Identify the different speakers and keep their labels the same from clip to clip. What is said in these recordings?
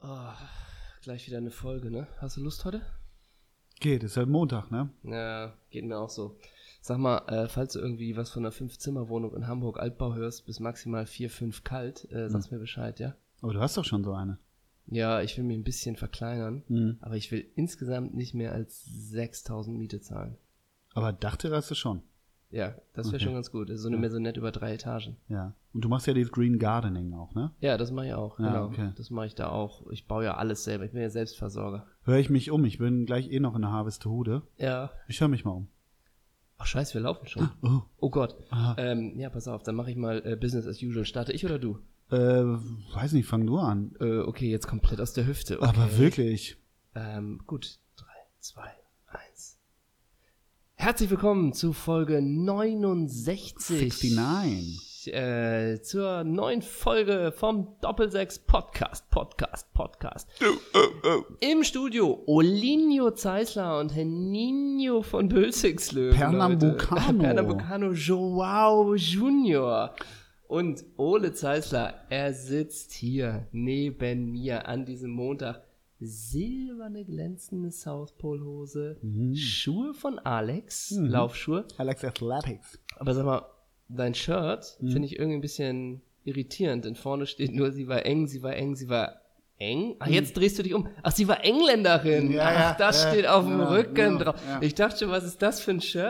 Speaker 1: Boah, Ah, gleich wieder eine Folge, ne? Hast du Lust heute?
Speaker 2: Geht, ist halt Montag, ne?
Speaker 1: Ja, geht mir auch so. Sag mal, äh, falls du irgendwie was von einer Fünf-Zimmer-Wohnung in Hamburg Altbau hörst, bis maximal 4, 5 kalt,
Speaker 2: Hm.
Speaker 1: äh, sag's mir Bescheid, ja?
Speaker 2: Aber du hast doch schon so eine.
Speaker 1: Ja, ich will mich ein bisschen verkleinern,
Speaker 2: Mhm.
Speaker 1: aber ich will insgesamt nicht mehr als 6000 Miete zahlen.
Speaker 2: Aber Dachterrasse schon.
Speaker 1: Ja, das wäre
Speaker 2: Okay.
Speaker 1: schon ganz gut. Also So eine Maisonette über drei Etagen.
Speaker 2: Ja. Und du machst ja dieses Green Gardening auch, ne?
Speaker 1: Ja, das mache ich auch,
Speaker 2: Ja,
Speaker 1: genau.
Speaker 2: okay.
Speaker 1: Das mache ich da auch. Ich baue ja alles selber. Ich bin ja Selbstversorger.
Speaker 2: Höre ich mich um. Ich bin gleich eh noch in der Harvestehude.
Speaker 1: Ja.
Speaker 2: Ich höre mich mal um.
Speaker 1: Ach, scheiße, wir laufen schon.
Speaker 2: Oh.
Speaker 1: Oh Gott.
Speaker 2: Aha.
Speaker 1: Ähm, ja, pass auf, dann mache ich mal äh, Business as usual. Starte ich oder du?
Speaker 2: Äh, weiß nicht, fang du an.
Speaker 1: Äh, okay, jetzt komplett aus der Hüfte. Okay.
Speaker 2: Aber wirklich.
Speaker 1: Ähm, gut. 3, 2, 1. Herzlich willkommen zu Folge 69.
Speaker 2: 69.
Speaker 1: Äh, zur neuen Folge vom Doppelsechs Podcast, Podcast, Podcast. Im Studio Olinio Zeisler und Heninho von Bölzigslöwen.
Speaker 2: Pernambucano.
Speaker 1: Leute. Pernambucano Joao Junior. Und Ole Zeisler, er sitzt hier neben mir an diesem Montag. Silberne glänzende South Pole Hose, Schuhe von Alex, Laufschuhe.
Speaker 2: Alex Athletics.
Speaker 1: Aber sag mal, dein Shirt
Speaker 2: Mhm.
Speaker 1: finde ich irgendwie ein bisschen irritierend, denn vorne steht nur, sie war eng, sie war eng, sie war eng. Ach, jetzt drehst du dich um. Ach, sie war Engländerin.
Speaker 2: Mhm. Ja, ja,
Speaker 1: Ach, das
Speaker 2: ja,
Speaker 1: steht auf dem
Speaker 2: genau,
Speaker 1: Rücken
Speaker 2: genau,
Speaker 1: drauf.
Speaker 2: ja.
Speaker 1: Ich dachte schon, was ist das für ein Shirt?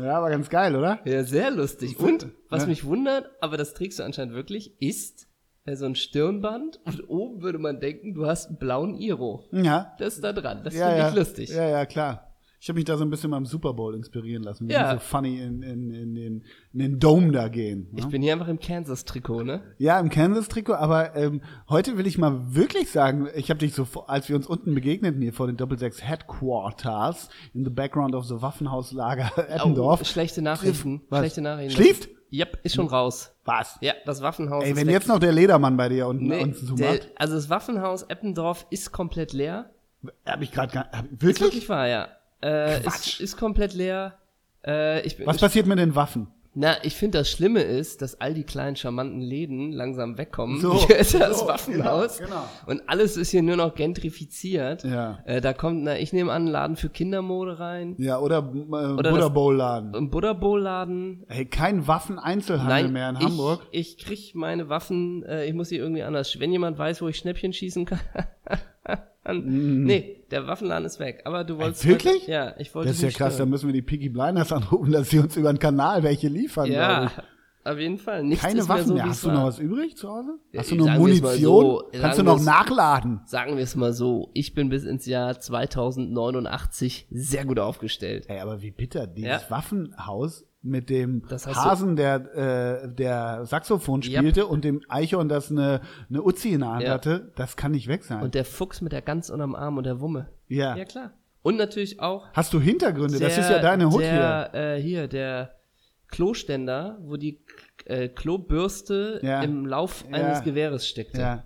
Speaker 2: Ja, war ganz geil, oder?
Speaker 1: Ja, sehr lustig. Und, was
Speaker 2: Ja.
Speaker 1: mich wundert, aber das trägst du anscheinend wirklich, ist äh, so ein Stirnband und oben würde man denken, du hast einen blauen Iro.
Speaker 2: Ja.
Speaker 1: Das ist da dran. Das
Speaker 2: ja,
Speaker 1: finde
Speaker 2: ja.
Speaker 1: ich lustig.
Speaker 2: Ja, ja, klar. Ich habe mich da so ein bisschen beim Super Bowl inspirieren lassen. Wir
Speaker 1: Ja.
Speaker 2: sind so funny in, in, in, in, in den Dome da gehen. ne?
Speaker 1: Ich bin hier einfach im Kansas-Trikot, ne?
Speaker 2: Ja, im Kansas-Trikot, aber ähm, heute will ich mal wirklich sagen, ich habe dich so, vor- als wir uns unten begegneten hier vor den Doppelsechs Headquarters in the background of the Waffenhauslager
Speaker 1: Oh,
Speaker 2: Eppendorf.
Speaker 1: schlechte Nachrichten.
Speaker 2: Was?
Speaker 1: Schlechte Nachrichten.
Speaker 2: Schläft?
Speaker 1: Yep, ist schon raus.
Speaker 2: Was?
Speaker 1: Ja, das Waffenhaus
Speaker 2: Ey,
Speaker 1: ist
Speaker 2: wenn
Speaker 1: weg.
Speaker 2: jetzt noch der Ledermann bei dir unten,
Speaker 1: Nee,
Speaker 2: unten zu
Speaker 1: der,
Speaker 2: macht,
Speaker 1: also das Waffenhaus Eppendorf ist komplett leer.
Speaker 2: hab ich gerade gar hab,
Speaker 1: Ist
Speaker 2: wirklich?
Speaker 1: wirklich wahr, ja. Äh,
Speaker 2: Quatsch.
Speaker 1: ist, ist komplett leer. Äh, ich bin,
Speaker 2: Was passiert mit den Waffen?
Speaker 1: na, ich finde das Schlimme ist, dass all die kleinen charmanten Läden langsam wegkommen.
Speaker 2: So,
Speaker 1: hier ist ja das
Speaker 2: so,
Speaker 1: Waffenhaus.
Speaker 2: genau, genau.
Speaker 1: Und alles ist hier nur noch gentrifiziert.
Speaker 2: Ja.
Speaker 1: Äh, da kommt, na, ich nehme an, einen Laden für Kindermode rein.
Speaker 2: Ja, oder, äh,
Speaker 1: das-
Speaker 2: Buddha Bowl Laden.
Speaker 1: Ein Buddha Bowl Laden.
Speaker 2: Ey, kein Waffeneinzelhandel
Speaker 1: Nein,
Speaker 2: mehr in
Speaker 1: ich,
Speaker 2: Hamburg.
Speaker 1: Ich krieg meine Waffen, äh, ich muss sie irgendwie anders. Wenn jemand weiß, wo ich Schnäppchen schießen kann. Nee, der Waffenladen ist weg. Aber du wolltest.
Speaker 2: Mm. Äh, wirklich?
Speaker 1: Ja, ich wollte.
Speaker 2: Das
Speaker 1: dich
Speaker 2: ist ja
Speaker 1: nicht äh,
Speaker 2: krass, da
Speaker 1: stören.
Speaker 2: müssen wir die Piggy Blinders anrufen, dass sie uns über den Kanal welche liefern, glaub ich.
Speaker 1: Ja, auf jeden Fall. Nichts
Speaker 2: Keine
Speaker 1: ist mehr. So,
Speaker 2: Waffen mehr.
Speaker 1: wie
Speaker 2: Hast
Speaker 1: es
Speaker 2: du noch
Speaker 1: war.
Speaker 2: was übrig zu Hause? Hast
Speaker 1: Äh,
Speaker 2: du noch
Speaker 1: sagen wir's mal
Speaker 2: Munition?
Speaker 1: so,
Speaker 2: Kannst du
Speaker 1: sagen
Speaker 2: noch
Speaker 1: wir's-
Speaker 2: nachladen?
Speaker 1: Sagen wir es mal so, ich bin bis ins Jahr 2089 sehr gut aufgestellt.
Speaker 2: Ey, aber wie bitter. Dieses
Speaker 1: Ja.
Speaker 2: Waffenhaus mit dem
Speaker 1: Das hast du-
Speaker 2: Hasen, der, äh, der Saxophon
Speaker 1: Yep.
Speaker 2: spielte und dem Eichhorn, das eine, eine Uzi in der Hand
Speaker 1: Ja.
Speaker 2: hatte, das kann nicht weg sein.
Speaker 1: Und der Fuchs mit der Gans unterm Arm und der Wumme.
Speaker 2: ja.
Speaker 1: Ja, klar. Und natürlich auch
Speaker 2: Hast du Hintergründe? das
Speaker 1: Der-
Speaker 2: ist ja deine Hut hier.
Speaker 1: der, Äh, hier, der Kloständer, wo die äh, Klobürste
Speaker 2: Ja.
Speaker 1: im Lauf
Speaker 2: Ja.
Speaker 1: eines Gewehres steckte.
Speaker 2: Ja.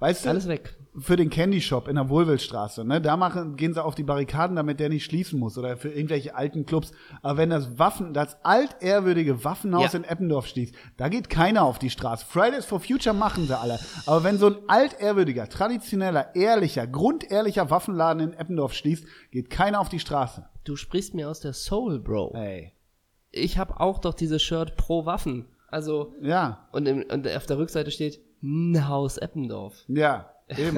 Speaker 2: Weißt du,
Speaker 1: Alles weg.
Speaker 2: für den Candy Shop in der Wohlwildstraße, ne? Da machen, gehen sie auf die Barrikaden, damit der nicht schließen muss oder für irgendwelche alten Clubs. Aber wenn das Waffen, das altehrwürdige Waffenhaus
Speaker 1: Ja.
Speaker 2: in Eppendorf schließt, da geht keiner auf die Straße. Fridays for Future machen sie alle. Aber wenn so ein altehrwürdiger, traditioneller, ehrlicher, grundehrlicher Waffenladen in Eppendorf schließt, geht keiner auf die Straße.
Speaker 1: Du sprichst mir aus der Soul, Bro.
Speaker 2: Ey.
Speaker 1: Ich habe auch doch dieses Shirt pro Waffen. Also,
Speaker 2: Ja,
Speaker 1: und, im, und auf der Rückseite steht "N Haus Eppendorf.
Speaker 2: ja, eben.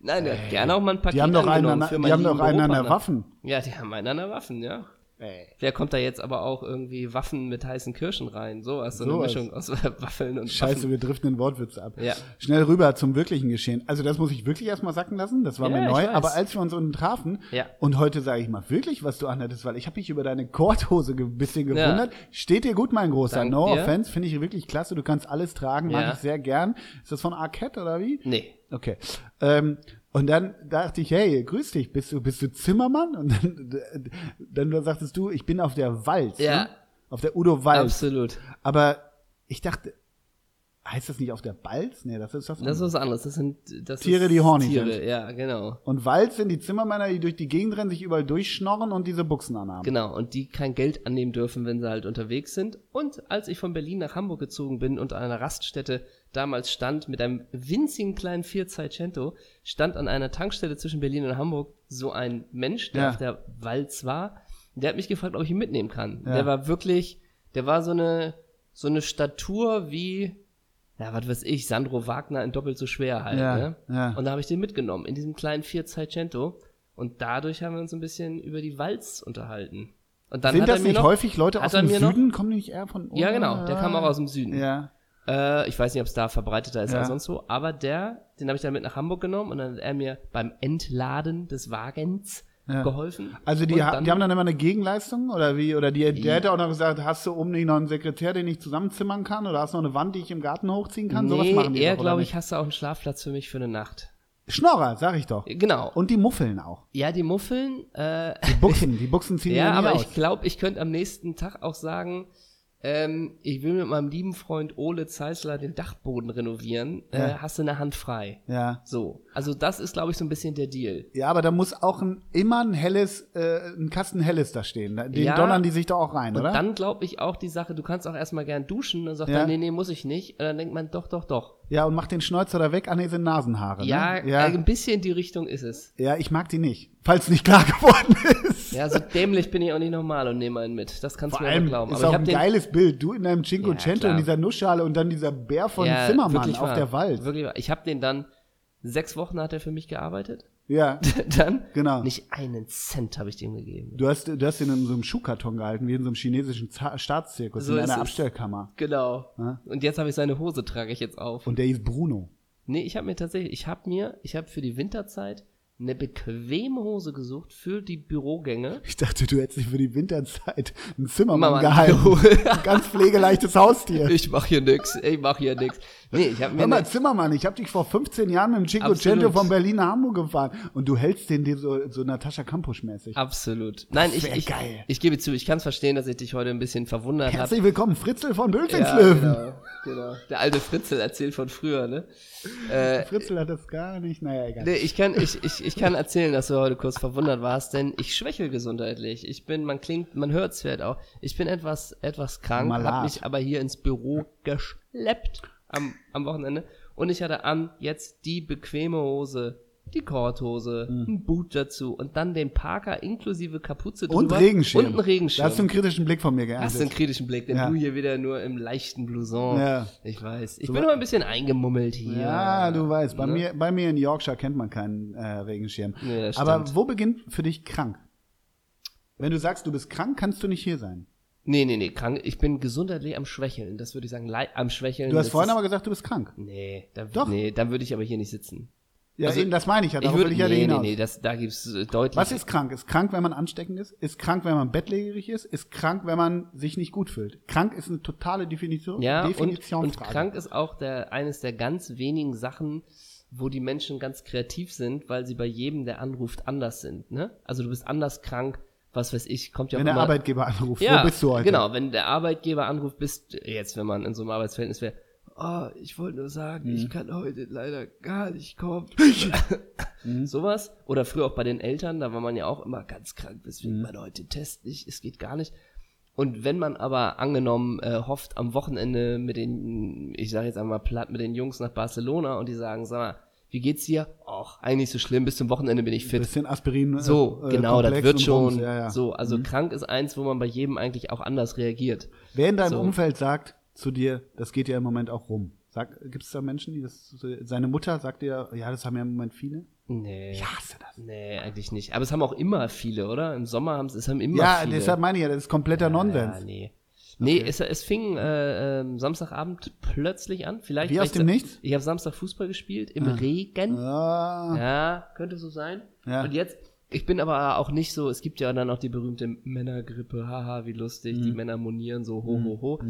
Speaker 1: Nein, ja, gerne auch mal ein Paket
Speaker 2: Die haben doch einen
Speaker 1: angenommen
Speaker 2: an,
Speaker 1: für
Speaker 2: die
Speaker 1: meinen
Speaker 2: haben doch
Speaker 1: lieben ne?
Speaker 2: einen an der
Speaker 1: Beobachter.
Speaker 2: Waffen.
Speaker 1: Ja, die haben einen an der Waffen, ja.
Speaker 2: Ey.
Speaker 1: Wer kommt da jetzt aber auch irgendwie Waffen mit heißen Kirschen rein? Sowas, so eine
Speaker 2: Sowas.
Speaker 1: Mischung aus Waffeln und Waffen.
Speaker 2: Scheiße, wir driften in Wortwitze ab.
Speaker 1: Ja.
Speaker 2: Schnell rüber zum wirklichen Geschehen. Also das muss ich wirklich erstmal sacken lassen, das war
Speaker 1: Ja,
Speaker 2: mir
Speaker 1: ich
Speaker 2: neu.
Speaker 1: weiß.
Speaker 2: Aber als wir uns unten trafen,
Speaker 1: Ja.
Speaker 2: und heute sage ich mal wirklich, was du anhattest, weil ich habe mich über deine Korthose ein bisschen
Speaker 1: Ja.
Speaker 2: gewundert. Steht dir gut, mein Großer.
Speaker 1: Dank
Speaker 2: no
Speaker 1: dir.
Speaker 2: offense, finde ich wirklich klasse. Du kannst alles tragen, mag
Speaker 1: Ja.
Speaker 2: ich sehr gern. Ist das von Arquette oder wie?
Speaker 1: Nee,
Speaker 2: Okay. Ähm, und dann dachte ich, hey, grüß dich, bist du, bist du Zimmermann? Und dann, dann sagtest du, ich bin auf der Walz.
Speaker 1: Ja.
Speaker 2: Ne? Auf der Udo Walz.
Speaker 1: absolut.
Speaker 2: Aber ich dachte, heißt das nicht auf der Balz? Nee, das ist das.
Speaker 1: Das ist
Speaker 2: andere.
Speaker 1: was anderes. Das sind das
Speaker 2: Tiere,
Speaker 1: ist
Speaker 2: die horny
Speaker 1: Tiere.
Speaker 2: sind.
Speaker 1: Ja, genau.
Speaker 2: und Walz sind die Zimmermänner, die durch die Gegend rennen, sich überall durchschnorren und diese Buchsen anhaben.
Speaker 1: Genau, und die kein Geld annehmen dürfen, wenn sie halt unterwegs sind. Und als ich von Berlin nach Hamburg gezogen bin und an einer Raststätte damals stand, mit einem winzigen kleinen Fiat Seicento, stand an einer Tankstelle zwischen Berlin und Hamburg so ein Mensch, der
Speaker 2: Ja.
Speaker 1: auf der Walz war. Der hat mich gefragt, ob ich ihn mitnehmen kann.
Speaker 2: Ja.
Speaker 1: Der war wirklich, der war so eine, so eine Statur wie, ja, was weiß ich, Sandro Wagner in doppelt so schwer halt.
Speaker 2: Ja,
Speaker 1: ne?
Speaker 2: ja.
Speaker 1: Und da habe ich den mitgenommen, in diesem kleinen Fiat Seicento. Und dadurch haben wir uns ein bisschen über die Walz unterhalten. Und dann
Speaker 2: Sind
Speaker 1: hat er
Speaker 2: das
Speaker 1: mir
Speaker 2: nicht
Speaker 1: noch,
Speaker 2: häufig Leute
Speaker 1: hat
Speaker 2: aus
Speaker 1: er
Speaker 2: dem
Speaker 1: mir noch-
Speaker 2: Süden? Kommen die nicht eher von oben?
Speaker 1: Ja, genau, der kam auch aus dem Süden.
Speaker 2: Ja.
Speaker 1: Äh, ich weiß nicht, ob es da verbreiteter ist
Speaker 2: Ja.
Speaker 1: als sonst wo, aber der, den habe ich dann mit nach Hamburg genommen und dann hat er mir beim Entladen des Wagens
Speaker 2: Ja.
Speaker 1: geholfen.
Speaker 2: Also die,
Speaker 1: Und
Speaker 2: ha-
Speaker 1: dann-
Speaker 2: die haben dann immer eine Gegenleistung oder wie? Oder die, der
Speaker 1: Ja.
Speaker 2: hätte auch noch gesagt, hast du oben nicht noch einen Sekretär, den ich zusammenzimmern kann? Oder hast du noch eine Wand, die ich im Garten hochziehen kann? Sowas
Speaker 1: nee,
Speaker 2: machen die
Speaker 1: er,
Speaker 2: doch, oder
Speaker 1: glaube ich,
Speaker 2: nicht?
Speaker 1: hast du auch einen Schlafplatz für mich für eine Nacht.
Speaker 2: Schnorrer, sag ich doch.
Speaker 1: Genau.
Speaker 2: Und die Muffeln auch.
Speaker 1: ja, die Muffeln, äh,
Speaker 2: Die Buchsen, die Buchsen ziehen
Speaker 1: Ja,
Speaker 2: die
Speaker 1: aber
Speaker 2: nie
Speaker 1: ich
Speaker 2: aus.
Speaker 1: glaube, ich könnte am nächsten Tag auch sagen, ähm, ich will mit meinem lieben Freund Ole Zeisler den Dachboden renovieren. Äh,
Speaker 2: Ja.
Speaker 1: hast du eine Hand frei?
Speaker 2: Ja.
Speaker 1: So. Also das ist, glaube ich, so ein bisschen der Deal.
Speaker 2: Ja, aber da muss auch ein, immer ein helles, äh, ein Kasten helles da stehen. Da- Den
Speaker 1: Ja.
Speaker 2: donnern die sich da auch rein,
Speaker 1: Und
Speaker 2: oder?
Speaker 1: dann glaube ich auch die Sache, du kannst auch erstmal gern duschen und sagt
Speaker 2: Ja.
Speaker 1: dann, nee, nee, muss ich nicht. Und dann denkt man, doch, doch, doch.
Speaker 2: ja, und macht den Schnäuzer da weg. Ah, nee, sind Nasenhaare.
Speaker 1: Ja, ähm,
Speaker 2: ne? ja.
Speaker 1: ein bisschen in die Richtung ist es.
Speaker 2: Ja, ich mag die nicht. Falls nicht klar geworden ist.
Speaker 1: Ja, so dämlich bin ich auch nicht normal und nehme einen mit. Das kannst
Speaker 2: Vor
Speaker 1: du mir aber
Speaker 2: allem
Speaker 1: glauben.
Speaker 2: ist
Speaker 1: Aber ich
Speaker 2: auch
Speaker 1: hab
Speaker 2: ein
Speaker 1: den,
Speaker 2: geiles Bild. Du in deinem Cinquecento
Speaker 1: klar.
Speaker 2: in dieser Nussschale und dann dieser Bär von
Speaker 1: ja,
Speaker 2: Zimmermann
Speaker 1: wirklich
Speaker 2: auf
Speaker 1: wahr.
Speaker 2: der Wald.
Speaker 1: Wirklich wahr. Ich habe den dann, sechs Wochen hat er für mich gearbeitet.
Speaker 2: Ja,
Speaker 1: dann
Speaker 2: Genau.
Speaker 1: nicht einen Cent habe ich dem gegeben.
Speaker 2: du hast, du hast ihn in so einem Schuhkarton gehalten, wie in so einem chinesischen Za- Staatszirkus,
Speaker 1: So
Speaker 2: in
Speaker 1: ist
Speaker 2: einer
Speaker 1: es.
Speaker 2: Abstellkammer.
Speaker 1: Genau.
Speaker 2: Ja.
Speaker 1: Und jetzt habe ich seine Hose, trage ich jetzt auf.
Speaker 2: Und der hieß Bruno.
Speaker 1: nee, ich habe mir tatsächlich, ich habe mir, ich habe für die Winterzeit eine bequeme Hose gesucht für die Bürogänge.
Speaker 2: Ich dachte, du hättest dich für die Winterzeit einen Zimmermann
Speaker 1: Mama,
Speaker 2: gehalten.
Speaker 1: du.
Speaker 2: Ein ganz pflegeleichtes Haustier.
Speaker 1: Ich mache hier nix, ich mache hier nix. Nee, ich habe mir
Speaker 2: Hör mal,
Speaker 1: eine,
Speaker 2: Zimmermann, ich habe dich vor 15 Jahren mit dem Cinquecento
Speaker 1: Absolut.
Speaker 2: von Berlin nach Hamburg gefahren und du hältst den dir so, so Natascha Kampusch-mäßig.
Speaker 1: absolut. Nein, ich,
Speaker 2: wär
Speaker 1: ich,
Speaker 2: geil.
Speaker 1: ich gebe zu, ich kann es verstehen, dass ich dich heute ein bisschen verwundert habe.
Speaker 2: Herzlich willkommen, Fritzel von
Speaker 1: Ja,
Speaker 2: Bülzenslöwen.
Speaker 1: genau, genau. Der alte Fritzel erzählt von früher, ne? Äh,
Speaker 2: Fritzel hat das gar nicht, naja, egal.
Speaker 1: Nee, ich kann, ich, ich, ich kann erzählen, dass du heute kurz verwundert warst, denn ich schwächel gesundheitlich. Ich bin, man klingt, man hört's vielleicht auch. Ich bin etwas, etwas krank,
Speaker 2: Malat.
Speaker 1: habe mich aber hier ins Büro geschleppt am, am Wochenende. Und ich hatte an jetzt die bequeme Hose, die Korthose,
Speaker 2: Hm.
Speaker 1: ein Boot dazu und dann den Parker inklusive Kapuze
Speaker 2: Und
Speaker 1: drüber.
Speaker 2: Regenschirm.
Speaker 1: Und einen
Speaker 2: Da hast du
Speaker 1: Regenschirm.
Speaker 2: einen kritischen Blick von mir
Speaker 1: Hast du einen
Speaker 2: geerntet.
Speaker 1: kritischen Blick, denn
Speaker 2: Ja.
Speaker 1: du hier wieder nur im leichten Blouson.
Speaker 2: Ja.
Speaker 1: Ich weiß. Ich
Speaker 2: So
Speaker 1: bin
Speaker 2: wa-
Speaker 1: noch ein bisschen eingemummelt hier.
Speaker 2: Ja, du weißt, bei,
Speaker 1: Ne?
Speaker 2: mir, bei mir in Yorkshire kennt man keinen äh, Regenschirm.
Speaker 1: Nee, das
Speaker 2: Aber
Speaker 1: stimmt.
Speaker 2: wo beginnt für dich krank? Wenn du sagst, du bist krank, kannst du nicht hier sein.
Speaker 1: Nee, nee, nee, krank. Ich bin gesundheitlich am Schwächeln. Das würde ich sagen, lei- am Schwächeln.
Speaker 2: Du hast
Speaker 1: Das
Speaker 2: vorhin
Speaker 1: ist-
Speaker 2: aber gesagt, du bist krank.
Speaker 1: Nee, da,
Speaker 2: Doch.
Speaker 1: nee, dann würde ich aber hier nicht sitzen.
Speaker 2: Ja,
Speaker 1: Also,
Speaker 2: eben, das meine ich ja.
Speaker 1: ich
Speaker 2: Darauf
Speaker 1: würde,
Speaker 2: will ich ja
Speaker 1: nee, nee,
Speaker 2: hinaus.
Speaker 1: nee, das, da gibt's äh, deutlich.
Speaker 2: Was ist krank? Ist krank, wenn man ansteckend ist? Ist krank, wenn man bettlägerig ist? Ist krank, wenn man sich nicht gut fühlt? Krank ist eine totale Definition.
Speaker 1: ja, und,
Speaker 2: Definitionsfrage.
Speaker 1: und krank ist auch der, eines der ganz wenigen Sachen, wo die Menschen ganz kreativ sind, weil sie bei jedem, der anruft, anders sind, ne? Also du bist anders krank, was weiß ich, kommt ja
Speaker 2: Wenn
Speaker 1: auch
Speaker 2: der
Speaker 1: immer,
Speaker 2: Arbeitgeber anruft,
Speaker 1: ja,
Speaker 2: wo bist du heute?
Speaker 1: Genau, wenn der Arbeitgeber anruft, bist jetzt, wenn man in so einem Arbeitsverhältnis wäre, oh, ich wollte nur sagen,
Speaker 2: Mhm.
Speaker 1: ich kann heute leider gar nicht kommen.
Speaker 2: Mhm.
Speaker 1: Sowas. Oder früher auch bei den Eltern, da war man ja auch immer ganz krank,
Speaker 2: Mhm.
Speaker 1: weswegen man heute den Test nicht, es geht gar nicht. Und wenn man aber angenommen äh, hofft, am Wochenende mit den, ich sage jetzt einmal platt, mit den Jungs nach Barcelona und die sagen, sag mal, wie geht's dir? Och, eigentlich so schlimm, bis zum Wochenende bin ich fit.
Speaker 2: Bisschen Aspirin. äh,
Speaker 1: So,
Speaker 2: äh,
Speaker 1: genau, das
Speaker 2: Komplex
Speaker 1: wird
Speaker 2: und
Speaker 1: schon.
Speaker 2: Bums, Ja, ja.
Speaker 1: So, also krank ist eins, wo man bei jedem eigentlich auch anders reagiert.
Speaker 2: Wer in deinem
Speaker 1: So.
Speaker 2: Umfeld sagt zu dir, das geht ja im Moment auch rum? Gibt es da Menschen, die das, seine Mutter sagt dir, ja, das haben ja im Moment viele?
Speaker 1: Nee.
Speaker 2: Ich hasse das.
Speaker 1: Nee, eigentlich nicht. Aber es haben auch immer viele, oder? Im Sommer haben es, es haben immer
Speaker 2: Ja,
Speaker 1: viele.
Speaker 2: deshalb meine ich ja, das ist kompletter
Speaker 1: Ja,
Speaker 2: Nonsens.
Speaker 1: nee. Nee, es, es fing äh, ähm, Samstagabend plötzlich an. Vielleicht.
Speaker 2: Wie aus
Speaker 1: vielleicht-
Speaker 2: dem Nichts?
Speaker 1: Ich habe Samstag Fußball gespielt, im Regen.
Speaker 2: Ah,
Speaker 1: Ja, könnte so sein.
Speaker 2: Ja.
Speaker 1: Und jetzt, ich bin aber auch nicht so, es gibt ja dann auch die berühmte Männergrippe, haha, wie lustig,
Speaker 2: Mhm.
Speaker 1: die Männer monieren so, ho, ho, ho.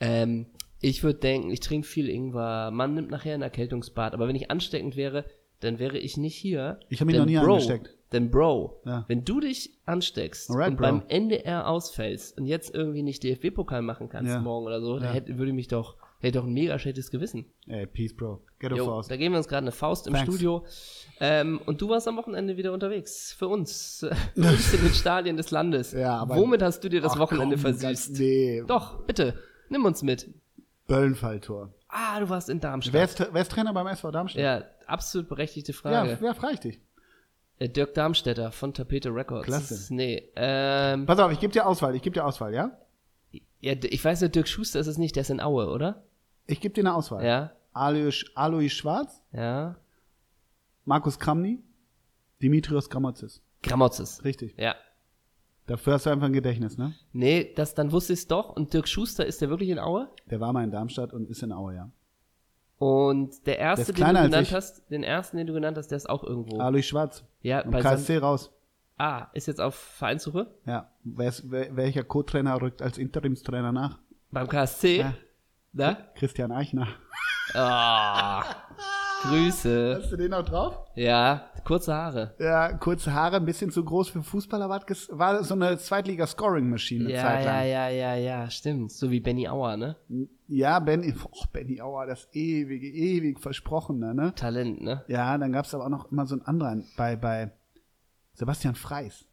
Speaker 1: Ähm, ich würde denken, ich trinke viel Ingwer, man nimmt nachher ein Erkältungsbad, aber wenn ich ansteckend wäre, dann wäre ich nicht hier.
Speaker 2: Ich hab mich
Speaker 1: Denn
Speaker 2: noch nie
Speaker 1: Bro,
Speaker 2: angesteckt.
Speaker 1: Denn Bro,
Speaker 2: Ja.
Speaker 1: wenn du dich ansteckst
Speaker 2: Alright,
Speaker 1: und
Speaker 2: Bro.
Speaker 1: beim NDR ausfällst und jetzt irgendwie nicht DFB-Pokal machen kannst
Speaker 2: Ja.
Speaker 1: morgen oder so, dann
Speaker 2: Ja.
Speaker 1: hätte, würde mich doch Der hat doch ein mega schlechtes Gewissen.
Speaker 2: Ey, Peace, Bro. Get a
Speaker 1: Jo,
Speaker 2: Faust.
Speaker 1: da geben wir uns gerade eine Faust im
Speaker 2: Thanks.
Speaker 1: Studio. Ähm, und du warst am Wochenende wieder unterwegs. Für uns. Für uns in den Stadien des Landes.
Speaker 2: Ja, aber-
Speaker 1: Womit hast du dir das
Speaker 2: Ach,
Speaker 1: Wochenende
Speaker 2: komm,
Speaker 1: versüßt?
Speaker 2: ganz- Nee,
Speaker 1: Doch, bitte. Nimm uns mit.
Speaker 2: Böllenfalltor.
Speaker 1: Ah, du warst in Darmstadt.
Speaker 2: Wer ist, wer ist Trainer beim SV Darmstadt?
Speaker 1: ja, absolut berechtigte Frage.
Speaker 2: Ja, ja, frag ich dich.
Speaker 1: Äh, Dirk Darmstädter von Tapete Records.
Speaker 2: Klasse.
Speaker 1: Nee, ähm,
Speaker 2: Pass auf, ich gebe dir Auswahl, ich gebe dir Auswahl, ja?
Speaker 1: ja, d- ich weiß nicht, Dirk Schuster ist es nicht, der ist in Aue, oder?
Speaker 2: Ich gebe dir eine Auswahl.
Speaker 1: Ja,
Speaker 2: Alois, Alois Schwarz,
Speaker 1: ja.
Speaker 2: Markus Kramny, Dimitrios Gramotzis.
Speaker 1: Gramotzes.
Speaker 2: Richtig.
Speaker 1: Ja.
Speaker 2: Dafür hast du einfach ein Gedächtnis, ne?
Speaker 1: Nee, das, dann wusste ich es doch. Und Dirk Schuster, ist der wirklich in Aue?
Speaker 2: Der war mal in Darmstadt und ist in Aue, ja.
Speaker 1: Und der erste,
Speaker 2: ist
Speaker 1: den
Speaker 2: kleiner
Speaker 1: du
Speaker 2: als
Speaker 1: genannt
Speaker 2: ich.
Speaker 1: hast, den ersten, den du genannt hast, der ist auch irgendwo.
Speaker 2: Alois Schwarz.
Speaker 1: ja,
Speaker 2: Im
Speaker 1: bei San
Speaker 2: KSC raus.
Speaker 1: Ah, ist jetzt auf Vereinssuche?
Speaker 2: Ja. Wer ist, wer, welcher Co-Trainer rückt als Interimstrainer nach?
Speaker 1: Beim KSC?
Speaker 2: Ja.
Speaker 1: Na?
Speaker 2: Christian Eichner.
Speaker 1: Ah, Grüße.
Speaker 2: Hast du den noch drauf?
Speaker 1: Ja, kurze Haare.
Speaker 2: Ja, kurze Haare, ein bisschen zu groß für Fußballer, war, das- war so eine Zweitliga-Scoring-Maschine eine
Speaker 1: Ja,
Speaker 2: Zeit lang.
Speaker 1: ja, ja, ja, ja, stimmt. So wie Benny Auer, ne?
Speaker 2: Ja, Benny, oh, Benny Auer, das ewige, ewig versprochene, ne?
Speaker 1: Talent, ne?
Speaker 2: Ja, dann gab's aber auch noch immer so einen anderen bei, bei Sebastian Freis.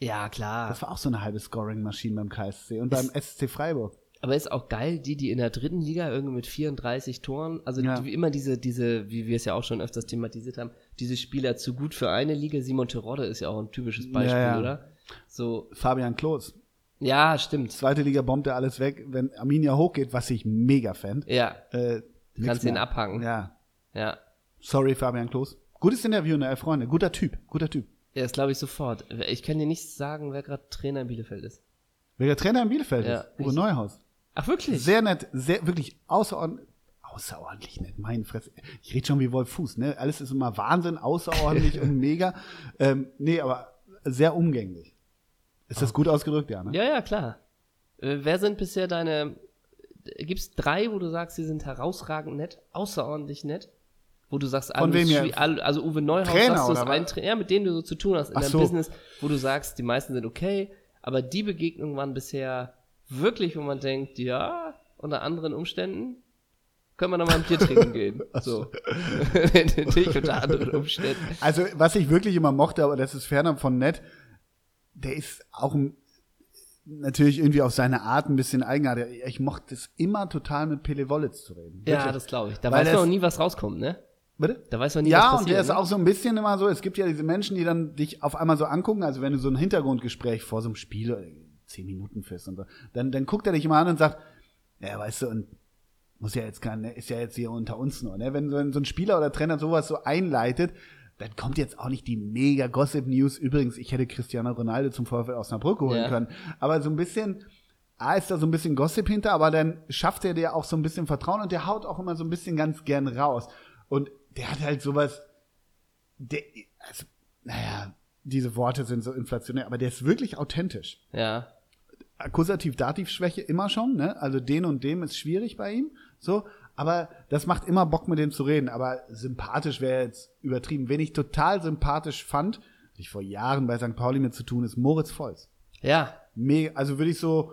Speaker 1: Ja, klar.
Speaker 2: Das war auch so eine halbe Scoring-Maschine beim KSC und beim SC Freiburg.
Speaker 1: Aber ist auch geil, die, die in der dritten Liga irgendwie mit 34 Toren, also
Speaker 2: Ja.
Speaker 1: wie immer diese, diese, wie wir es ja auch schon öfters thematisiert haben, diese Spieler zu gut für eine Liga. Simon Terodde ist ja auch ein typisches Beispiel,
Speaker 2: Ja, ja.
Speaker 1: oder? So,
Speaker 2: Fabian Klos.
Speaker 1: ja, stimmt.
Speaker 2: Zweite Liga bombt er alles weg, wenn Arminia hochgeht, was ich mega fänd.
Speaker 1: Ja,
Speaker 2: Äh, nix
Speaker 1: kannst ihn
Speaker 2: mehr.
Speaker 1: abhaken.
Speaker 2: Ja.
Speaker 1: ja.
Speaker 2: Sorry, Fabian Klos. Gutes Interview, ne, Freunde. Guter Typ, guter Typ.
Speaker 1: Ja, das glaube ich sofort. Ich kann dir nicht sagen, wer gerade Trainer in Bielefeld ist.
Speaker 2: Welcher Trainer in Bielefeld
Speaker 1: Ja,
Speaker 2: ist? Uwe
Speaker 1: ich-
Speaker 2: Neuhaus.
Speaker 1: Ach, wirklich?
Speaker 2: Sehr nett, sehr, wirklich außerordentlich. Außerordentlich nett, meine Fresse. Ich rede schon wie Wolf Fuß, ne? Alles ist immer Wahnsinn, außerordentlich und mega. Ähm, nee, aber sehr umgänglich. Ist das gut ausgedrückt, ja, ne?
Speaker 1: Ah. ja, ja, klar. Äh, wer sind bisher deine. Gibt es drei, wo du sagst, sie sind herausragend nett, außerordentlich nett? Wo du sagst, alles
Speaker 2: Von wem
Speaker 1: schwi-
Speaker 2: jetzt?
Speaker 1: all- also Uwe Neuhaus,
Speaker 2: Trainer,
Speaker 1: sagst du es
Speaker 2: oder
Speaker 1: ein
Speaker 2: was?
Speaker 1: Trainer, mit denen du so zu tun hast in
Speaker 2: Ach
Speaker 1: deinem
Speaker 2: so.
Speaker 1: Business, wo du sagst, die meisten sind okay, aber die Begegnungen waren bisher wirklich, wo man denkt, ja, unter anderen Umständen können wir nochmal ein Bier trinken gehen. So. Natürlich unter anderen Umständen.
Speaker 2: Also, was ich wirklich immer mochte, aber das ist ferner von nett, der ist auch ein, natürlich irgendwie auf seine Art ein bisschen eigenartig. Ich mochte es immer total mit Pele Wollitz zu reden.
Speaker 1: Ja,
Speaker 2: Wirklich.
Speaker 1: das glaube ich. Da
Speaker 2: Weil
Speaker 1: weiß man
Speaker 2: das-
Speaker 1: auch nie, was rauskommt, ne?
Speaker 2: Bitte?
Speaker 1: Da weiß man nie,
Speaker 2: ja,
Speaker 1: was
Speaker 2: und der
Speaker 1: passiert.
Speaker 2: ist
Speaker 1: ne?
Speaker 2: auch so ein bisschen immer so, es gibt ja diese Menschen, die dann dich auf einmal so angucken, also wenn du so ein Hintergrundgespräch vor so einem Spiel, äh, zehn Minuten führst und so, dann, dann guckt er dich immer an und sagt, ja, weißt du, und muss ja jetzt kein, ist ja jetzt hier unter uns nur, ne? Wenn so ein, so ein Spieler oder Trainer sowas so einleitet, dann kommt jetzt auch nicht die mega Gossip News. Übrigens, ich hätte Cristiano Ronaldo zum VfL Osnabrück holen
Speaker 1: Ja.
Speaker 2: können. Aber so ein bisschen, A ist da so ein bisschen Gossip hinter, aber dann schafft er dir auch so ein bisschen Vertrauen und der haut auch immer so ein bisschen ganz gern raus. Und der hat halt sowas, der, also, naja, diese Worte sind so inflationär, aber der ist wirklich authentisch.
Speaker 1: Ja.
Speaker 2: Akkusativ-Dativ-Schwäche immer schon, ne? Also den und dem ist schwierig bei ihm, so. Aber das macht immer Bock, mit dem zu reden. Aber sympathisch wäre jetzt übertrieben. Wen ich total sympathisch fand, hatte ich vor Jahren bei St. Pauli mit zu tun, ist Moritz Volz.
Speaker 1: Ja.
Speaker 2: Mega, also würde ich so,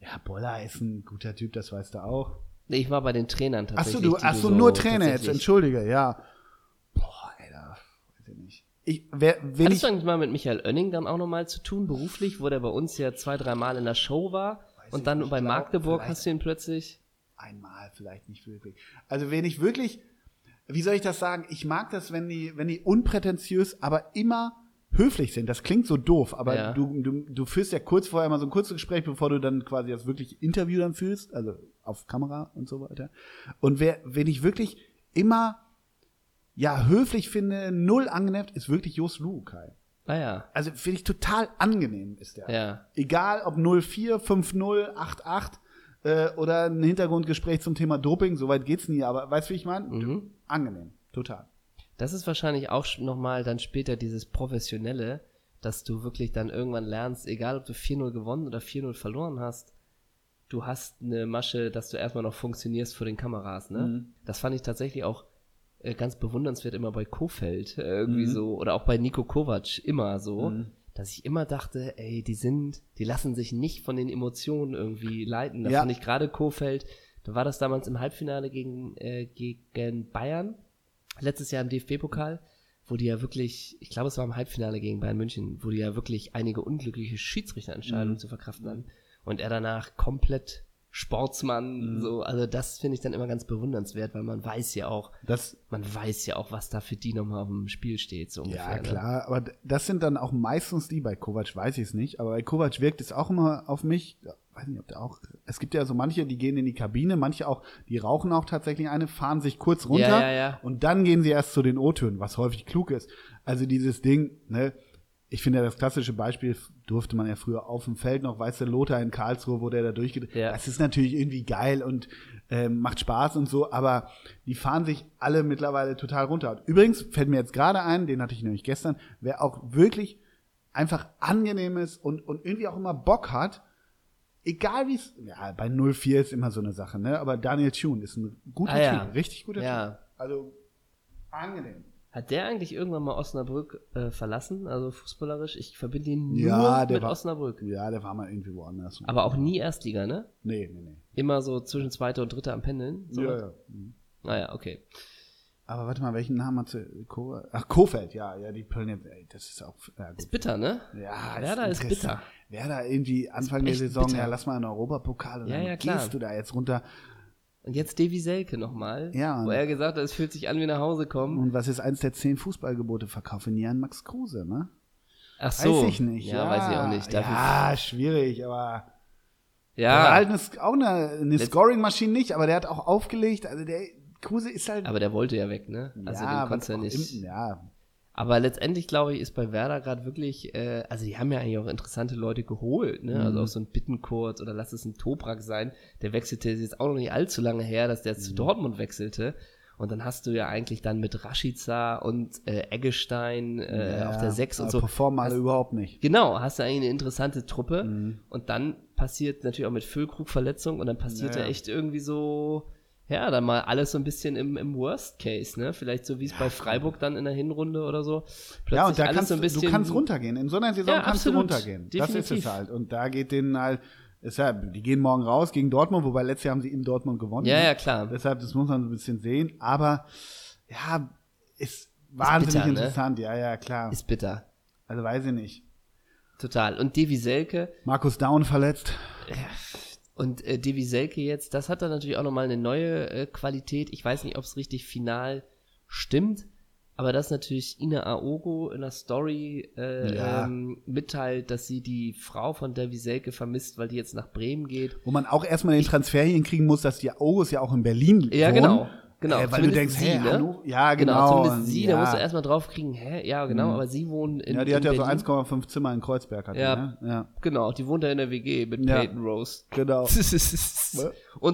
Speaker 2: ja, Boller ist ein guter Typ, das weißt du auch.
Speaker 1: Nee, ich war bei den Trainern
Speaker 2: Ach so,
Speaker 1: tatsächlich.
Speaker 2: du,
Speaker 1: die
Speaker 2: ach so,
Speaker 1: so
Speaker 2: nur Trainer jetzt,
Speaker 1: tatsächlich-
Speaker 2: entschuldige, ja. Boah, Alter, weiß ich nicht. Ich, wer, wenn
Speaker 1: Hattest
Speaker 2: ich,
Speaker 1: du eigentlich mal mit Michael Oenning dann auch nochmal zu tun, beruflich, wo der bei uns ja zwei, dreimal in der Show war
Speaker 2: ich
Speaker 1: und dann
Speaker 2: nicht,
Speaker 1: bei
Speaker 2: ich glaub,
Speaker 1: Magdeburg
Speaker 2: vielleicht-
Speaker 1: hast du ihn plötzlich.
Speaker 2: einmal vielleicht nicht wirklich. Also wenn ich wirklich, wie soll ich das sagen? Ich mag das, wenn die, wenn die unprätentiös, aber immer höflich sind. Das klingt so doof, aber
Speaker 1: Ja.
Speaker 2: du, du, du führst ja kurz vorher mal so ein kurzes Gespräch, bevor du dann quasi das wirklich Interview dann führst, also auf Kamera und so weiter. Und wer, wenn ich wirklich immer ja höflich finde, null angenäfft, ist wirklich Jos Luukai.
Speaker 1: Naja.
Speaker 2: Also finde ich total angenehm ist der.
Speaker 1: Ja.
Speaker 2: Egal ob 04, 50, 88 äh, oder ein Hintergrundgespräch zum Thema Doping, soweit geht's nie, aber weißt du, wie ich meine?
Speaker 1: Mhm.
Speaker 2: Angenehm, total.
Speaker 1: Das ist wahrscheinlich auch sch- nochmal dann später dieses Professionelle, dass du wirklich dann irgendwann lernst, egal ob du 4-0 gewonnen oder 4-0 verloren hast, du hast eine Masche, dass du erstmal noch funktionierst vor den Kameras, ne?
Speaker 2: Mhm.
Speaker 1: Das fand ich tatsächlich auch äh, ganz bewundernswert immer bei Kofeld äh, irgendwie so oder auch bei Nico Kovac immer so,
Speaker 2: Mhm.
Speaker 1: dass ich immer dachte, ey, die sind, die lassen sich nicht von den Emotionen irgendwie leiten. Da
Speaker 2: Ja.
Speaker 1: fand ich gerade Kofeld, Da war das damals im Halbfinale gegen, äh, gegen Bayern, letztes Jahr im DFB-Pokal, wo die ja wirklich, ich glaube, es war im Halbfinale gegen Bayern München, wo die ja wirklich einige unglückliche Schiedsrichterentscheidungen
Speaker 2: Mhm.
Speaker 1: zu verkraften hatten. Und er danach komplett Sportsmann,
Speaker 2: Mhm.
Speaker 1: so, also das finde ich dann immer ganz bewundernswert, weil man weiß ja auch,
Speaker 2: Das,
Speaker 1: man weiß ja auch, was da für die nochmal auf dem Spiel steht, so ungefähr.
Speaker 2: ja,
Speaker 1: ne?
Speaker 2: klar, aber d- das sind dann auch meistens die, bei Kovac weiß ich es nicht, aber bei Kovac wirkt es auch immer auf mich, ja, weiß nicht, ob der auch, es gibt ja so manche, die gehen in die Kabine, manche auch, die rauchen auch tatsächlich eine, fahren sich kurz runter
Speaker 1: Ja, ja, ja.
Speaker 2: und dann gehen sie erst zu den O-Tönen, was häufig klug ist. Also dieses Ding, ne, ich finde ja das klassische Beispiel f- durfte man ja früher auf dem Feld noch, weißt du, Lothar in Karlsruhe, wo der da durchgedreht.
Speaker 1: Ja.
Speaker 2: Das ist natürlich irgendwie geil und ähm, macht Spaß und so, aber die fahren sich alle mittlerweile total runter. Und übrigens fällt mir jetzt gerade ein, den hatte ich nämlich gestern, wer auch wirklich einfach angenehm ist und, und irgendwie auch immer Bock hat, egal wie es, ja, bei 04 ist immer so eine Sache, ne, aber Daniel Thune ist ein guter
Speaker 1: Ah, ja.
Speaker 2: Typ, richtig guter
Speaker 1: Ja.
Speaker 2: Typ. Also, angenehm.
Speaker 1: Hat der eigentlich irgendwann mal Osnabrück äh, verlassen, also fußballerisch? Ich verbinde ihn nur
Speaker 2: Ja, der
Speaker 1: mit
Speaker 2: war-
Speaker 1: Osnabrück.
Speaker 2: Ja, der war mal irgendwie woanders.
Speaker 1: Aber auch nie Erstliga, ne?
Speaker 2: Nee, nee, nee.
Speaker 1: Immer so zwischen zweiter und dritter am Pendeln. So
Speaker 2: ja, ja. Mhm.
Speaker 1: Naja, okay.
Speaker 2: Aber warte mal, welchen Namen hat sie? Ko Ach, Kofeld, ja, ja, die Köln, ey, das ist auch. Ja,
Speaker 1: Ist
Speaker 2: gut.
Speaker 1: bitter, ne?
Speaker 2: ja
Speaker 1: Werder ist
Speaker 2: interessant.
Speaker 1: bitter.
Speaker 2: Werder irgendwie Anfang der
Speaker 1: echt
Speaker 2: Saison,
Speaker 1: bitter.
Speaker 2: ja, lass mal einen Europapokal und
Speaker 1: Ja,
Speaker 2: dann
Speaker 1: ja, klar.
Speaker 2: gehst du da jetzt runter.
Speaker 1: Und jetzt Devi Selke nochmal.
Speaker 2: Ja,
Speaker 1: Wo
Speaker 2: und-
Speaker 1: er gesagt hat, es fühlt sich an wie nach Hause kommen.
Speaker 2: Und was ist eins der zehn Fußballgebote? Verkaufe nie an Max Kruse, ne?
Speaker 1: Ach
Speaker 2: Weiß
Speaker 1: so.
Speaker 2: ich nicht.
Speaker 1: Ja, weiß ich auch nicht. Dafür,
Speaker 2: ja, schwierig, aber. Der war
Speaker 1: ja.
Speaker 2: halt eine, auch eine, eine Scoring-Maschine nicht, aber der hat auch aufgelegt. Also der Kruse ist halt.
Speaker 1: aber der wollte ja weg, ne? Also
Speaker 2: ja,
Speaker 1: den konntest du ja
Speaker 2: was auch
Speaker 1: nicht.
Speaker 2: im- ja,
Speaker 1: Aber letztendlich, glaube ich, ist bei Werder gerade wirklich, äh, also die haben ja eigentlich auch interessante Leute geholt, ne? Also auch so ein Bittenkurt oder lass es ein Toprak sein, der wechselte ist jetzt auch noch nicht allzu lange her, dass der zu Dortmund wechselte. Und dann hast du ja eigentlich dann mit Rashica und äh, Eggestein äh,
Speaker 2: ja,
Speaker 1: auf der 6 und
Speaker 2: aber
Speaker 1: so. Also
Speaker 2: Performen alle
Speaker 1: hast-
Speaker 2: überhaupt nicht.
Speaker 1: Genau, hast du eigentlich eine interessante Truppe.
Speaker 2: Mhm.
Speaker 1: Und dann passiert natürlich auch mit Füllkrug Verletzung und dann passiert
Speaker 2: Naja.
Speaker 1: ja echt irgendwie so, ja, dann mal alles so ein bisschen im, im Worst Case, ne? Vielleicht so wie es bei Freiburg dann in der Hinrunde oder so.
Speaker 2: Ja,
Speaker 1: Plötzlich
Speaker 2: und da
Speaker 1: alles
Speaker 2: kannst
Speaker 1: so ein bisschen,
Speaker 2: du kannst runtergehen. In so einer Saison
Speaker 1: Ja,
Speaker 2: kannst du
Speaker 1: absolut.
Speaker 2: runtergehen. Das ist
Speaker 1: Definitiv.
Speaker 2: es halt. Und da geht denen halt, deshalb, die gehen morgen raus gegen Dortmund, wobei letztes Jahr haben sie in Dortmund gewonnen.
Speaker 1: Ja,
Speaker 2: ne?
Speaker 1: ja, klar.
Speaker 2: Deshalb, das muss man so ein bisschen sehen. Aber ja, ist wahnsinnig
Speaker 1: bitter, ne?
Speaker 2: interessant. Ja, ja, klar.
Speaker 1: Ist bitter.
Speaker 2: also weiß ich nicht.
Speaker 1: Total. Und Devi Selke,
Speaker 2: Markus Down verletzt.
Speaker 1: Und äh, Devi Selke jetzt, das hat dann natürlich auch nochmal eine neue äh, Qualität. Ich weiß nicht, ob es richtig final stimmt, aber dass natürlich Ina Aogo in der Story äh,
Speaker 2: Ja.
Speaker 1: ähm, mitteilt, dass sie die Frau von Devi Selke vermisst, weil die jetzt nach Bremen geht.
Speaker 2: Wo man auch erstmal den Transfer hinkriegen muss, dass die August ja auch in Berlin
Speaker 1: Ja,
Speaker 2: wohnen.
Speaker 1: genau. Genau,
Speaker 2: Äh, weil du
Speaker 1: zumindest
Speaker 2: denkst,
Speaker 1: sie,
Speaker 2: hey,
Speaker 1: ne?
Speaker 2: Hannover- ja, genau.
Speaker 1: zumindest sie,
Speaker 2: ja. Mhm.
Speaker 1: da musst du erstmal drauf kriegen, hä? Ja, genau, aber sie wohnt in
Speaker 2: ja, die hat
Speaker 1: in
Speaker 2: ja
Speaker 1: Berlin.
Speaker 2: so 1,5 Zimmer in Kreuzberg. Hat
Speaker 1: Ja.
Speaker 2: Die, ne? ja.
Speaker 1: Genau, die wohnt da in der WG mit
Speaker 2: Ja.
Speaker 1: Peyton Rose.
Speaker 2: Genau.
Speaker 1: Und so
Speaker 2: Das ist